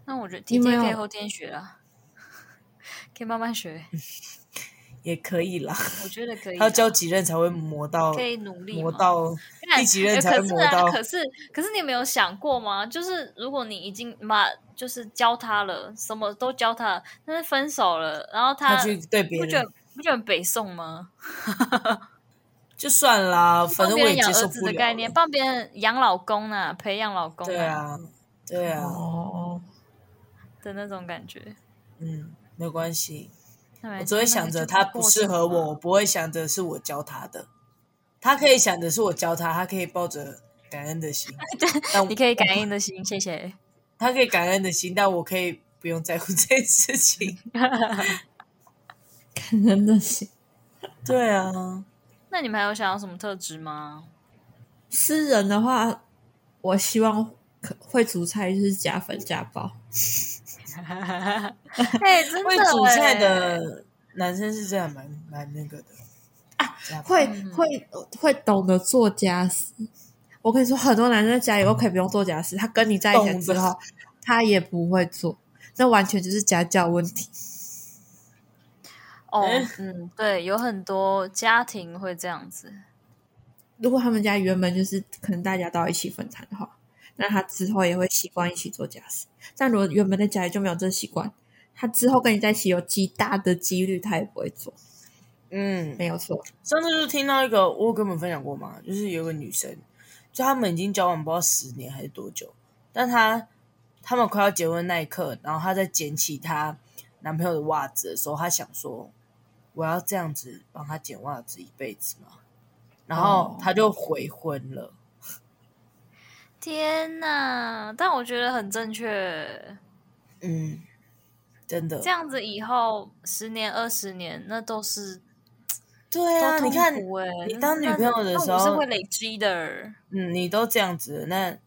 [SPEAKER 3] 那我觉得
[SPEAKER 2] 你
[SPEAKER 3] T
[SPEAKER 2] 没
[SPEAKER 3] T
[SPEAKER 2] 有
[SPEAKER 3] 可以后天学啊， 可以慢 慢学，
[SPEAKER 1] 也可以啦，
[SPEAKER 3] 我觉得可以
[SPEAKER 1] 他
[SPEAKER 3] 啦，
[SPEAKER 1] 要教几任才会磨到
[SPEAKER 3] 可以努力
[SPEAKER 1] 磨
[SPEAKER 3] 嘛
[SPEAKER 1] 到
[SPEAKER 3] 看
[SPEAKER 1] 第几任
[SPEAKER 3] 呃
[SPEAKER 1] 才会磨到
[SPEAKER 3] 可是啊，可是可是你有没有想过吗？就是如果你已经把就是教他了，什么都教他了，但是分手了，然后
[SPEAKER 1] 他去对别
[SPEAKER 3] 不觉得
[SPEAKER 1] 人，
[SPEAKER 3] 不觉得很北宋吗？
[SPEAKER 1] 就算啦，反
[SPEAKER 3] 帮
[SPEAKER 1] 正
[SPEAKER 3] 别
[SPEAKER 1] 我
[SPEAKER 3] 人
[SPEAKER 1] 也
[SPEAKER 3] 养
[SPEAKER 1] 接
[SPEAKER 3] 儿
[SPEAKER 1] 受
[SPEAKER 3] 子
[SPEAKER 1] 不
[SPEAKER 3] 的
[SPEAKER 1] 了
[SPEAKER 3] 概念，
[SPEAKER 1] 了。
[SPEAKER 3] 帮别人养老公呢、培养老公、
[SPEAKER 1] 对啊，对啊，
[SPEAKER 2] 哦，
[SPEAKER 3] 的那种感觉。
[SPEAKER 1] 嗯，没关系，
[SPEAKER 3] 那没
[SPEAKER 1] 我只会想着他不适合我，我，不会想着是我教他的。他可以想着是我教他，他可以抱着感恩的心，但
[SPEAKER 3] 哎那就不过去吧你可以 感应的心，谢谢。
[SPEAKER 1] 他可以感恩的心，但我可以不用在乎 这件事 情。
[SPEAKER 2] 感恩的心，
[SPEAKER 1] 对啊，
[SPEAKER 3] 那你们还有想要什么特质 吗？
[SPEAKER 2] 私人的话，我希望可会煮菜就是加分加爆。
[SPEAKER 3] 哎、真的、欸
[SPEAKER 1] 会煮菜，的男生是真的蛮蛮那个的，
[SPEAKER 3] 啊
[SPEAKER 1] 加分
[SPEAKER 2] 会会会懂得做家事。我跟你说，很多男生在家里都可以不用做家事，他跟你在一起之
[SPEAKER 1] 懂
[SPEAKER 2] 后，他也不会做，那完全就是家教问题。
[SPEAKER 3] 哦
[SPEAKER 1] 嗯，
[SPEAKER 3] 嗯，对，有很多家庭会这样子。
[SPEAKER 2] 如果他们家原本就是可能大家都要一起分摊的话，那他之后也会习惯一起做家事。但如果原本在家里就没有这习惯，他之后跟你在一起有极大的几率他也不会做，
[SPEAKER 1] 嗯，
[SPEAKER 2] 没有错。
[SPEAKER 1] 上次就听到一个，我有跟你们分享过嘛，就是有个女生，就他们已经交往不知道十年还是多久，但她他们快要结婚那一刻，然后她在捡起她男朋友的袜子的时候，她想说，我要这样子帮他捡袜子一辈子吗？然后
[SPEAKER 2] 哦
[SPEAKER 1] 她就悔婚了。
[SPEAKER 3] 天呐！但我觉得很正确，
[SPEAKER 1] 嗯，真的
[SPEAKER 3] 这，样子以后十年、二十年，那都是
[SPEAKER 1] 对啊，
[SPEAKER 3] 都痛
[SPEAKER 1] 你看，
[SPEAKER 3] 苦欸
[SPEAKER 1] 你当女朋友的
[SPEAKER 3] 那
[SPEAKER 1] 时
[SPEAKER 3] 那我是
[SPEAKER 1] 候
[SPEAKER 3] 会累积的。
[SPEAKER 1] 嗯，你都这样子了，那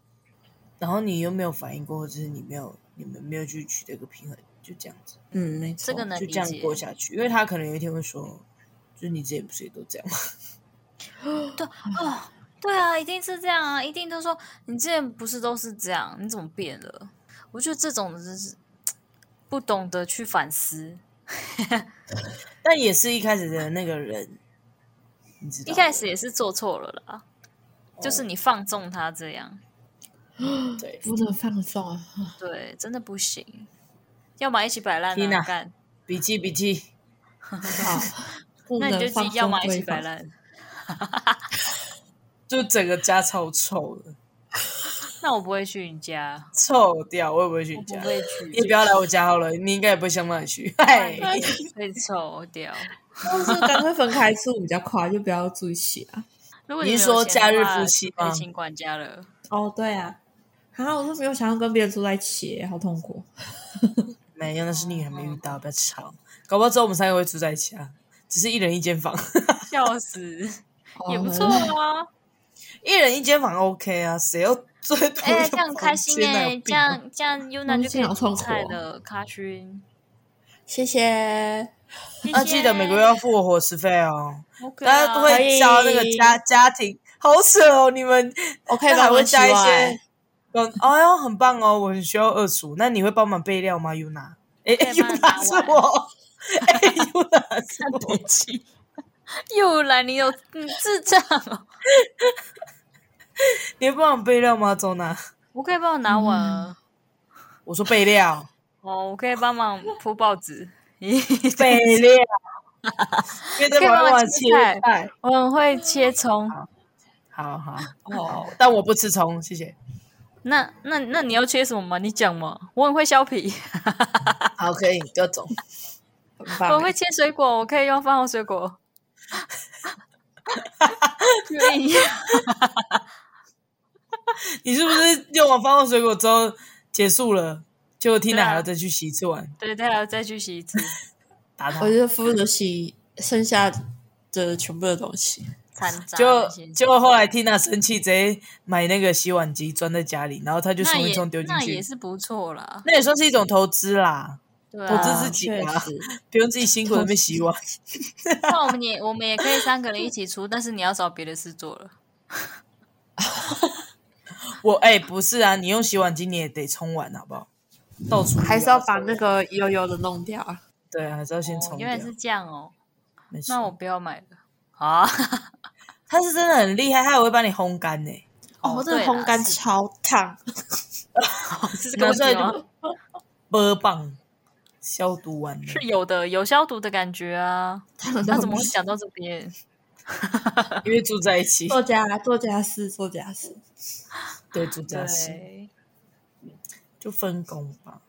[SPEAKER 1] 然后你又没有反应过，或者是你没有，你们没有去取得一个平衡，就这样子。
[SPEAKER 2] 嗯，没错。
[SPEAKER 3] 这个能
[SPEAKER 1] 就
[SPEAKER 3] 理
[SPEAKER 1] 这样
[SPEAKER 3] 解，
[SPEAKER 1] 过下去，因为他可能有一天会说，就是你之前不是也都这样吗？
[SPEAKER 3] 对
[SPEAKER 1] 嗯
[SPEAKER 3] 哦，对啊，一定是这样啊，一定都说你之前不是都是这样，你怎么变了？我觉得这种真是不懂得去反思，
[SPEAKER 1] 但也是一开始的那个人，你知道的，
[SPEAKER 3] 一开始也是做错了啦，
[SPEAKER 1] 哦
[SPEAKER 3] 就是你放纵他这样，
[SPEAKER 1] 对，
[SPEAKER 2] 不能放松啊！
[SPEAKER 3] 对，真的不行，要么一起摆烂啊，
[SPEAKER 1] Tina
[SPEAKER 3] 干，
[SPEAKER 1] 笔记笔记，
[SPEAKER 2] 好，不
[SPEAKER 3] 那
[SPEAKER 2] 能
[SPEAKER 3] 你就自
[SPEAKER 2] 放
[SPEAKER 3] 己要
[SPEAKER 2] 松
[SPEAKER 3] 么一
[SPEAKER 2] 对
[SPEAKER 3] 起 摆
[SPEAKER 2] 方。
[SPEAKER 3] 烂，
[SPEAKER 1] 就整个家超臭的，
[SPEAKER 3] 那我不会去你家，
[SPEAKER 1] 臭掉，我也不会去
[SPEAKER 3] 我
[SPEAKER 1] 你
[SPEAKER 3] 不
[SPEAKER 1] 家，
[SPEAKER 3] 会
[SPEAKER 1] 你也不
[SPEAKER 3] 去，
[SPEAKER 1] 要来我家好了，你应该也不会想到你去，嗨，
[SPEAKER 3] 啊被臭掉。
[SPEAKER 2] 就是干脆分开住比较快，就不要住一起啊。
[SPEAKER 3] 如果
[SPEAKER 1] 你
[SPEAKER 3] 没
[SPEAKER 1] 是
[SPEAKER 3] 有
[SPEAKER 1] 说
[SPEAKER 3] 钱
[SPEAKER 1] 假
[SPEAKER 3] 的
[SPEAKER 1] 日
[SPEAKER 3] 话
[SPEAKER 1] 夫妻
[SPEAKER 3] 可以
[SPEAKER 1] 吗
[SPEAKER 3] 请管家 了。
[SPEAKER 2] 哦，对啊，然后我就没有想要跟别人住在一起，好痛苦。
[SPEAKER 1] 没有，那是你还没遇到，不要吵，搞不好之后我们三个会住在一起啊，只是一人一间房，
[SPEAKER 3] 笑 死，也不错
[SPEAKER 2] 哦
[SPEAKER 3] 啊。
[SPEAKER 1] 一人一间房 OK 啊，谁要最多
[SPEAKER 3] 哎、
[SPEAKER 1] 一
[SPEAKER 3] 这
[SPEAKER 1] 个
[SPEAKER 3] 样开
[SPEAKER 1] 房
[SPEAKER 3] 心
[SPEAKER 1] 间啊
[SPEAKER 3] 哎、
[SPEAKER 1] 有
[SPEAKER 3] 这
[SPEAKER 1] 病啊
[SPEAKER 3] 样这样 Yuna
[SPEAKER 2] 嗯
[SPEAKER 3] 就可
[SPEAKER 2] 这样
[SPEAKER 3] 以
[SPEAKER 2] 好
[SPEAKER 3] 煮
[SPEAKER 2] 痛苦
[SPEAKER 3] 菜
[SPEAKER 2] 哦
[SPEAKER 3] 的咖勋。
[SPEAKER 2] 谢谢。
[SPEAKER 3] 谢
[SPEAKER 1] 啊，记得每个月要付我伙食费哦。
[SPEAKER 3] OK 啊
[SPEAKER 1] 大家都会教那个家家庭，好扯哦！你们
[SPEAKER 2] 我可以
[SPEAKER 1] 他还
[SPEAKER 2] 帮
[SPEAKER 1] 会
[SPEAKER 2] 忙洗
[SPEAKER 1] 加一些
[SPEAKER 2] 碗，，
[SPEAKER 1] 嗯，哎呦，很棒哦！我很需要二厨，那你会帮忙备料吗，Yuna？哎
[SPEAKER 3] 可以帮你拿
[SPEAKER 1] ，Yuna 是我，哎，Yuna 是我，
[SPEAKER 3] 又来，你有你智障哦！
[SPEAKER 1] 你会帮忙备料吗，周娜？
[SPEAKER 3] 我可以帮我
[SPEAKER 1] 嗯
[SPEAKER 3] 拿碗啊，
[SPEAKER 1] 我说备料，
[SPEAKER 3] 哦，我可以帮忙铺 报纸。咦，
[SPEAKER 1] 备料，别在
[SPEAKER 3] 可以
[SPEAKER 1] 玩
[SPEAKER 3] 帮忙
[SPEAKER 1] 玩
[SPEAKER 3] 切
[SPEAKER 1] 切
[SPEAKER 3] 菜
[SPEAKER 1] 菜。
[SPEAKER 3] 我很会切葱。
[SPEAKER 1] 好好，
[SPEAKER 2] 哦，
[SPEAKER 1] 但我不吃葱，谢谢。
[SPEAKER 3] 那那那你要切什么吗？你讲嘛。我很会削皮，
[SPEAKER 1] 好，可以，各种。
[SPEAKER 2] 很
[SPEAKER 3] 我
[SPEAKER 2] 棒
[SPEAKER 1] 欸
[SPEAKER 3] 会。切水果，我可以用饭后水 果。愿意。
[SPEAKER 1] 你是不是用完放后水果之后，结束了，就听
[SPEAKER 3] 对
[SPEAKER 1] 了
[SPEAKER 3] 啊
[SPEAKER 1] 还要再去洗一次碗，
[SPEAKER 3] 对，再来再去洗一次，
[SPEAKER 1] 打他
[SPEAKER 2] 我。就负责洗剩下的全部的东西。
[SPEAKER 3] 残渣
[SPEAKER 1] 就
[SPEAKER 3] 那些
[SPEAKER 1] 就后来 Tina 生气，直接买那个洗碗机装在家里，然后他就
[SPEAKER 3] 那
[SPEAKER 1] 冲一
[SPEAKER 3] 也
[SPEAKER 1] 冲丢进
[SPEAKER 3] 那也
[SPEAKER 1] 去，
[SPEAKER 3] 是不错啦，
[SPEAKER 1] 那也算是一种投资啦，
[SPEAKER 3] 对
[SPEAKER 1] 投
[SPEAKER 3] 啊
[SPEAKER 1] 资。自己
[SPEAKER 2] 确
[SPEAKER 1] 啊
[SPEAKER 2] 实，
[SPEAKER 1] 不用自己辛苦在那边洗碗。
[SPEAKER 3] 那我们也我们也可以三个人一起出，但是你要找别的事做了。
[SPEAKER 1] 我 哎、不是啊，你用洗碗机你也得冲碗，好不好？到处
[SPEAKER 2] 还是要把那个悠悠的弄掉啊。
[SPEAKER 1] 对啊，还是要先
[SPEAKER 3] 哦
[SPEAKER 1] 冲
[SPEAKER 3] 原
[SPEAKER 1] 掉。
[SPEAKER 3] 来是这样哦，
[SPEAKER 1] 没错
[SPEAKER 3] 那我不要买了。啊，
[SPEAKER 1] 他是真的很厉害，他还会帮你烘干呢、
[SPEAKER 3] 哦
[SPEAKER 2] 我这个
[SPEAKER 3] 对啦
[SPEAKER 2] 烘干
[SPEAKER 3] 是
[SPEAKER 2] 超烫，
[SPEAKER 3] 是这个问题
[SPEAKER 1] 然后
[SPEAKER 3] 吗？
[SPEAKER 1] 波棒消毒完了。
[SPEAKER 3] 是有的，有消毒的感觉啊。那怎么会讲到这边？啊
[SPEAKER 1] 因为住在一起，
[SPEAKER 3] 哦
[SPEAKER 2] 作家作家是作家是，
[SPEAKER 1] 对，住在一起
[SPEAKER 3] 对，
[SPEAKER 1] 就分工吧。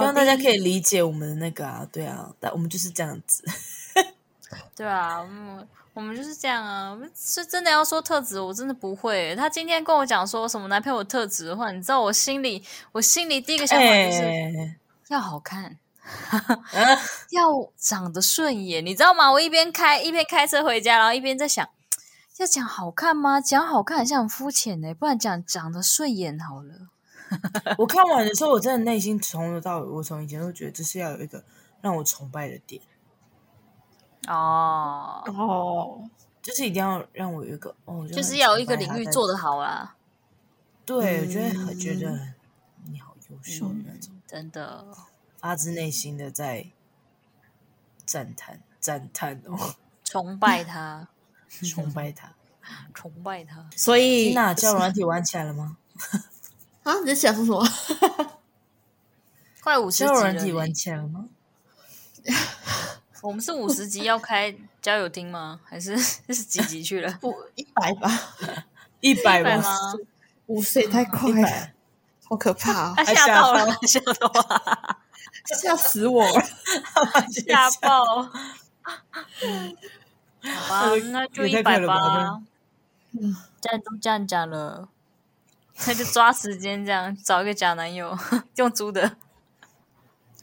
[SPEAKER 1] 希
[SPEAKER 2] 的
[SPEAKER 1] 望大家可以理解我们的那个啊，对啊，但我们就是这样子。
[SPEAKER 3] 对啊，嗯，我们就是这样啊。我们是真的要说特质，我真的不会欸。他今天跟我讲说什么男朋友特质的话，你知道我心里，我心里第一个想法就是、
[SPEAKER 1] 哎，
[SPEAKER 3] 要好看，
[SPEAKER 1] 啊，
[SPEAKER 3] 要长得顺眼，你知道吗？我一边开一边开车回家，然后一边在想，要讲好看吗？讲好看好像很肤浅呢，不然讲长得顺眼好了。
[SPEAKER 1] 我看完的时候，我真的内心从头到尾，我从以前都觉得这是要有一个让我崇拜的点，
[SPEAKER 3] 哦，
[SPEAKER 2] 哦，
[SPEAKER 1] 就是一定要让我有一个哦，就
[SPEAKER 3] 就是
[SPEAKER 1] 很
[SPEAKER 3] 要有
[SPEAKER 1] 崇
[SPEAKER 3] 一个
[SPEAKER 1] 拜
[SPEAKER 3] 领
[SPEAKER 1] 他
[SPEAKER 3] 域
[SPEAKER 1] 在
[SPEAKER 3] 做得好啦，
[SPEAKER 1] 对，我觉得很觉得
[SPEAKER 2] 嗯
[SPEAKER 1] 你好优秀的那种，
[SPEAKER 3] 真的。
[SPEAKER 1] 发自内心的在赞叹赞叹 哦，
[SPEAKER 3] 崇拜他，
[SPEAKER 1] 崇拜 他。
[SPEAKER 3] 崇拜他。
[SPEAKER 2] 所以
[SPEAKER 1] 那交友软体玩起来了吗？
[SPEAKER 2] 啊，你在讲什么？
[SPEAKER 3] 快五十集
[SPEAKER 1] 交友
[SPEAKER 3] 了
[SPEAKER 1] 软体
[SPEAKER 3] 呢
[SPEAKER 1] 玩起来了吗？
[SPEAKER 3] 我们是五十集要开交友厅吗？ 还是是几集去了？
[SPEAKER 2] 我一百吧，
[SPEAKER 1] 一百
[SPEAKER 3] 一百
[SPEAKER 1] 吗？
[SPEAKER 3] 吗？
[SPEAKER 2] 五岁太快了，好可怕、
[SPEAKER 3] 他
[SPEAKER 2] 哦，
[SPEAKER 1] 还
[SPEAKER 3] 啊吓
[SPEAKER 1] 啊吓
[SPEAKER 3] 到了，吓到了，
[SPEAKER 2] 吓死我了！
[SPEAKER 3] 吓 爆！好吧，那就
[SPEAKER 1] 呃也太
[SPEAKER 3] 一
[SPEAKER 1] 快
[SPEAKER 3] 百
[SPEAKER 1] 了吧
[SPEAKER 3] 吧。这样都这样讲了，那就抓时间这样找一个假男友，用租的。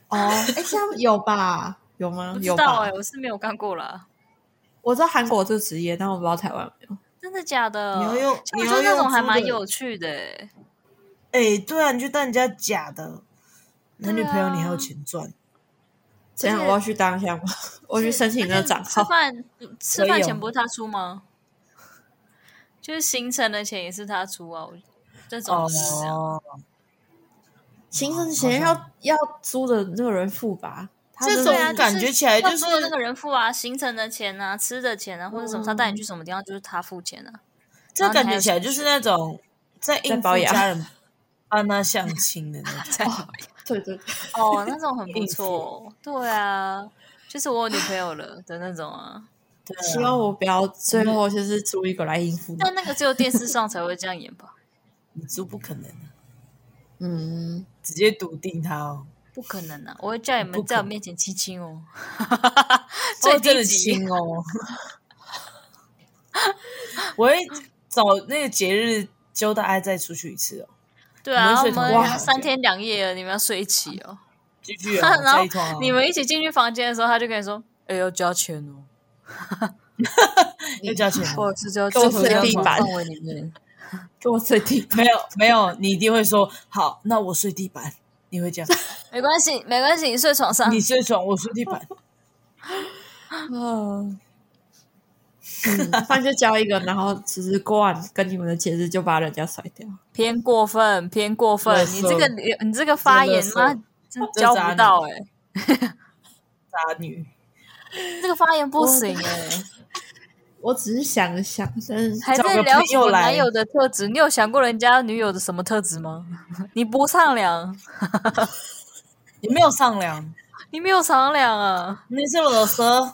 [SPEAKER 2] 哦， 哎，现在有吧？有吗
[SPEAKER 3] 不？知
[SPEAKER 2] 有
[SPEAKER 3] 道
[SPEAKER 2] 吧？
[SPEAKER 3] 哎、我是没有干过啦。
[SPEAKER 2] 我知道韩国有这个职业，但我不知道台湾有没有。
[SPEAKER 3] 真的假的？
[SPEAKER 1] 你要用
[SPEAKER 3] 像我
[SPEAKER 1] 你
[SPEAKER 3] 觉得
[SPEAKER 1] 要
[SPEAKER 3] 那种
[SPEAKER 1] 用
[SPEAKER 3] 还
[SPEAKER 1] 租
[SPEAKER 3] 蛮
[SPEAKER 1] 的
[SPEAKER 3] 有趣的、欸。
[SPEAKER 1] 哎、对啊，你就当人家假的男女朋友，
[SPEAKER 3] 对啊
[SPEAKER 1] 你还有钱赚。
[SPEAKER 2] 怎样？我要去当一下吗？ 我去申请那个账
[SPEAKER 3] 吃
[SPEAKER 2] 号。
[SPEAKER 3] 饭吃
[SPEAKER 1] 可以
[SPEAKER 3] 饭
[SPEAKER 1] 哦
[SPEAKER 3] 钱不是他出吗？就是行程的钱也是他出啊，我这种啊是这样
[SPEAKER 1] 哦，
[SPEAKER 2] 行程前
[SPEAKER 1] 好
[SPEAKER 2] 要要租的那个人付吧？他
[SPEAKER 1] 这
[SPEAKER 2] 真的
[SPEAKER 1] 种
[SPEAKER 3] 对啊
[SPEAKER 1] 感觉起来
[SPEAKER 3] 要
[SPEAKER 1] 就是
[SPEAKER 3] 付的那个人付啊，行程的钱啊，吃的钱啊，或者什么，他带你去什么地方就是他付钱啊。
[SPEAKER 1] 这感觉起来就是那种在应付
[SPEAKER 2] 保养
[SPEAKER 1] 家人帮他相亲的那种。
[SPEAKER 2] 对对，
[SPEAKER 3] 哦，那 种很不
[SPEAKER 1] 应付
[SPEAKER 3] 错，哦对啊，就是我有女朋友了的那种啊。
[SPEAKER 1] 对
[SPEAKER 2] 希
[SPEAKER 1] 啊
[SPEAKER 2] 望我不要最后就是租一个来应付你。
[SPEAKER 3] 但那个只有电视上才会这样演吧？
[SPEAKER 1] 你猪不可能啊，
[SPEAKER 2] 嗯，
[SPEAKER 1] 直接笃定他哦，
[SPEAKER 3] 不可能啊！我会叫你
[SPEAKER 1] 不
[SPEAKER 3] 们
[SPEAKER 1] 可
[SPEAKER 3] 在我面前亲亲哦， 最
[SPEAKER 1] 哦真
[SPEAKER 3] 低
[SPEAKER 1] 的
[SPEAKER 3] 级。
[SPEAKER 1] 亲哦。 我会找那个节日揪大家再出去一次哦，
[SPEAKER 3] 对啊，
[SPEAKER 1] 我们
[SPEAKER 3] 我
[SPEAKER 1] 睡同一个
[SPEAKER 3] 们
[SPEAKER 1] 房
[SPEAKER 3] 三
[SPEAKER 1] 间
[SPEAKER 3] 天两夜了，你们要睡一起哦。
[SPEAKER 1] 继 续哦，
[SPEAKER 3] 然
[SPEAKER 1] 这
[SPEAKER 3] 后
[SPEAKER 1] 一团哦
[SPEAKER 3] 你们一起进去房间的时候，他就跟你说：“哎、要加钱哦，
[SPEAKER 1] 要交钱 啊吗
[SPEAKER 3] 或者哦是就
[SPEAKER 2] 跟我
[SPEAKER 3] 这
[SPEAKER 2] 睡
[SPEAKER 3] 个
[SPEAKER 2] 地板
[SPEAKER 3] 氛围里面。
[SPEAKER 2] 给我最低
[SPEAKER 1] 没有没有，你一定会说好，那我睡地板，你会这样，
[SPEAKER 3] 没关系，没关系，你睡床上
[SPEAKER 1] 你。睡床，我睡地板，
[SPEAKER 2] 嗯，反正就交一个，然后只是过完跟你们的节日就把人家甩掉。
[SPEAKER 3] 偏过分，偏过分！
[SPEAKER 1] 垃圾
[SPEAKER 3] 你这个你这个发言
[SPEAKER 1] 这个垃
[SPEAKER 3] 妈
[SPEAKER 1] 圾
[SPEAKER 3] 真教不到哎、
[SPEAKER 1] 渣女。
[SPEAKER 3] 这个发言不行哎、
[SPEAKER 2] 我只是想一想，但是
[SPEAKER 3] 还在聊什么男友的特质？你有想过人家女友的什么特质吗？ 你不上梁，
[SPEAKER 1] 你没有上梁，
[SPEAKER 3] 你没有上梁啊
[SPEAKER 1] 你是裸蛇，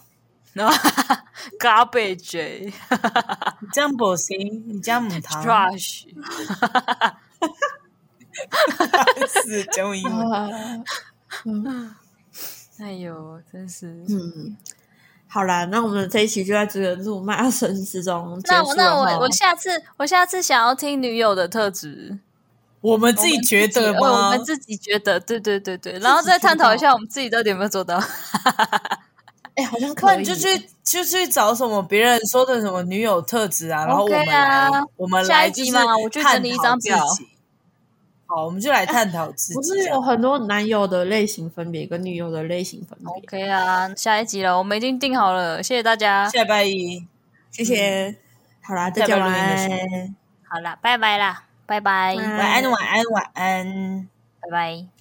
[SPEAKER 3] ！Garbage 哎
[SPEAKER 1] 你这样不行，你这样母
[SPEAKER 3] 啊
[SPEAKER 1] 汤
[SPEAKER 3] trash，
[SPEAKER 1] 是讲英文。
[SPEAKER 2] 啊，
[SPEAKER 3] 哎呦，真是。
[SPEAKER 2] 嗯，好啦，那我们这一期就在这个辱骂声之中结
[SPEAKER 3] 那
[SPEAKER 2] 束
[SPEAKER 3] 我
[SPEAKER 2] 了
[SPEAKER 3] 那我
[SPEAKER 2] 吼
[SPEAKER 3] 我下次我下次想要听女友的特质，
[SPEAKER 1] 我们自己觉得
[SPEAKER 3] 我
[SPEAKER 1] 吗？
[SPEAKER 3] 们自己觉得，对对对对，然后再探讨一下我们自己到底有没有做到。
[SPEAKER 2] 哎、好像
[SPEAKER 3] 呃
[SPEAKER 1] 不
[SPEAKER 2] 可
[SPEAKER 1] 然
[SPEAKER 2] 以，
[SPEAKER 1] 你就去就去找什么别人说的什么女友特质啊，然后我们
[SPEAKER 3] OK 啊
[SPEAKER 1] 来我们
[SPEAKER 3] 下
[SPEAKER 1] 来
[SPEAKER 3] 一
[SPEAKER 1] 就
[SPEAKER 3] 集
[SPEAKER 1] 是
[SPEAKER 3] 嘛我去整理一张表
[SPEAKER 1] 探讨自己。好，我们就来探讨自己。
[SPEAKER 2] 不是
[SPEAKER 1] 这
[SPEAKER 2] 有
[SPEAKER 1] 样
[SPEAKER 2] 很多男友的类型分别跟女友的类型分
[SPEAKER 1] 哦
[SPEAKER 2] 别。
[SPEAKER 3] OK 啊，下一集了，我们已经定好了，谢谢大家。
[SPEAKER 1] 下礼拜一，
[SPEAKER 2] 谢谢，好啦，
[SPEAKER 1] 下礼
[SPEAKER 2] 再
[SPEAKER 1] 嗯拜
[SPEAKER 2] 见，晚
[SPEAKER 1] 录音的时候
[SPEAKER 2] 安。
[SPEAKER 3] 好啦，拜拜啦，拜拜，
[SPEAKER 2] 晚
[SPEAKER 1] 晚安，晚安，晚安。
[SPEAKER 3] 拜拜。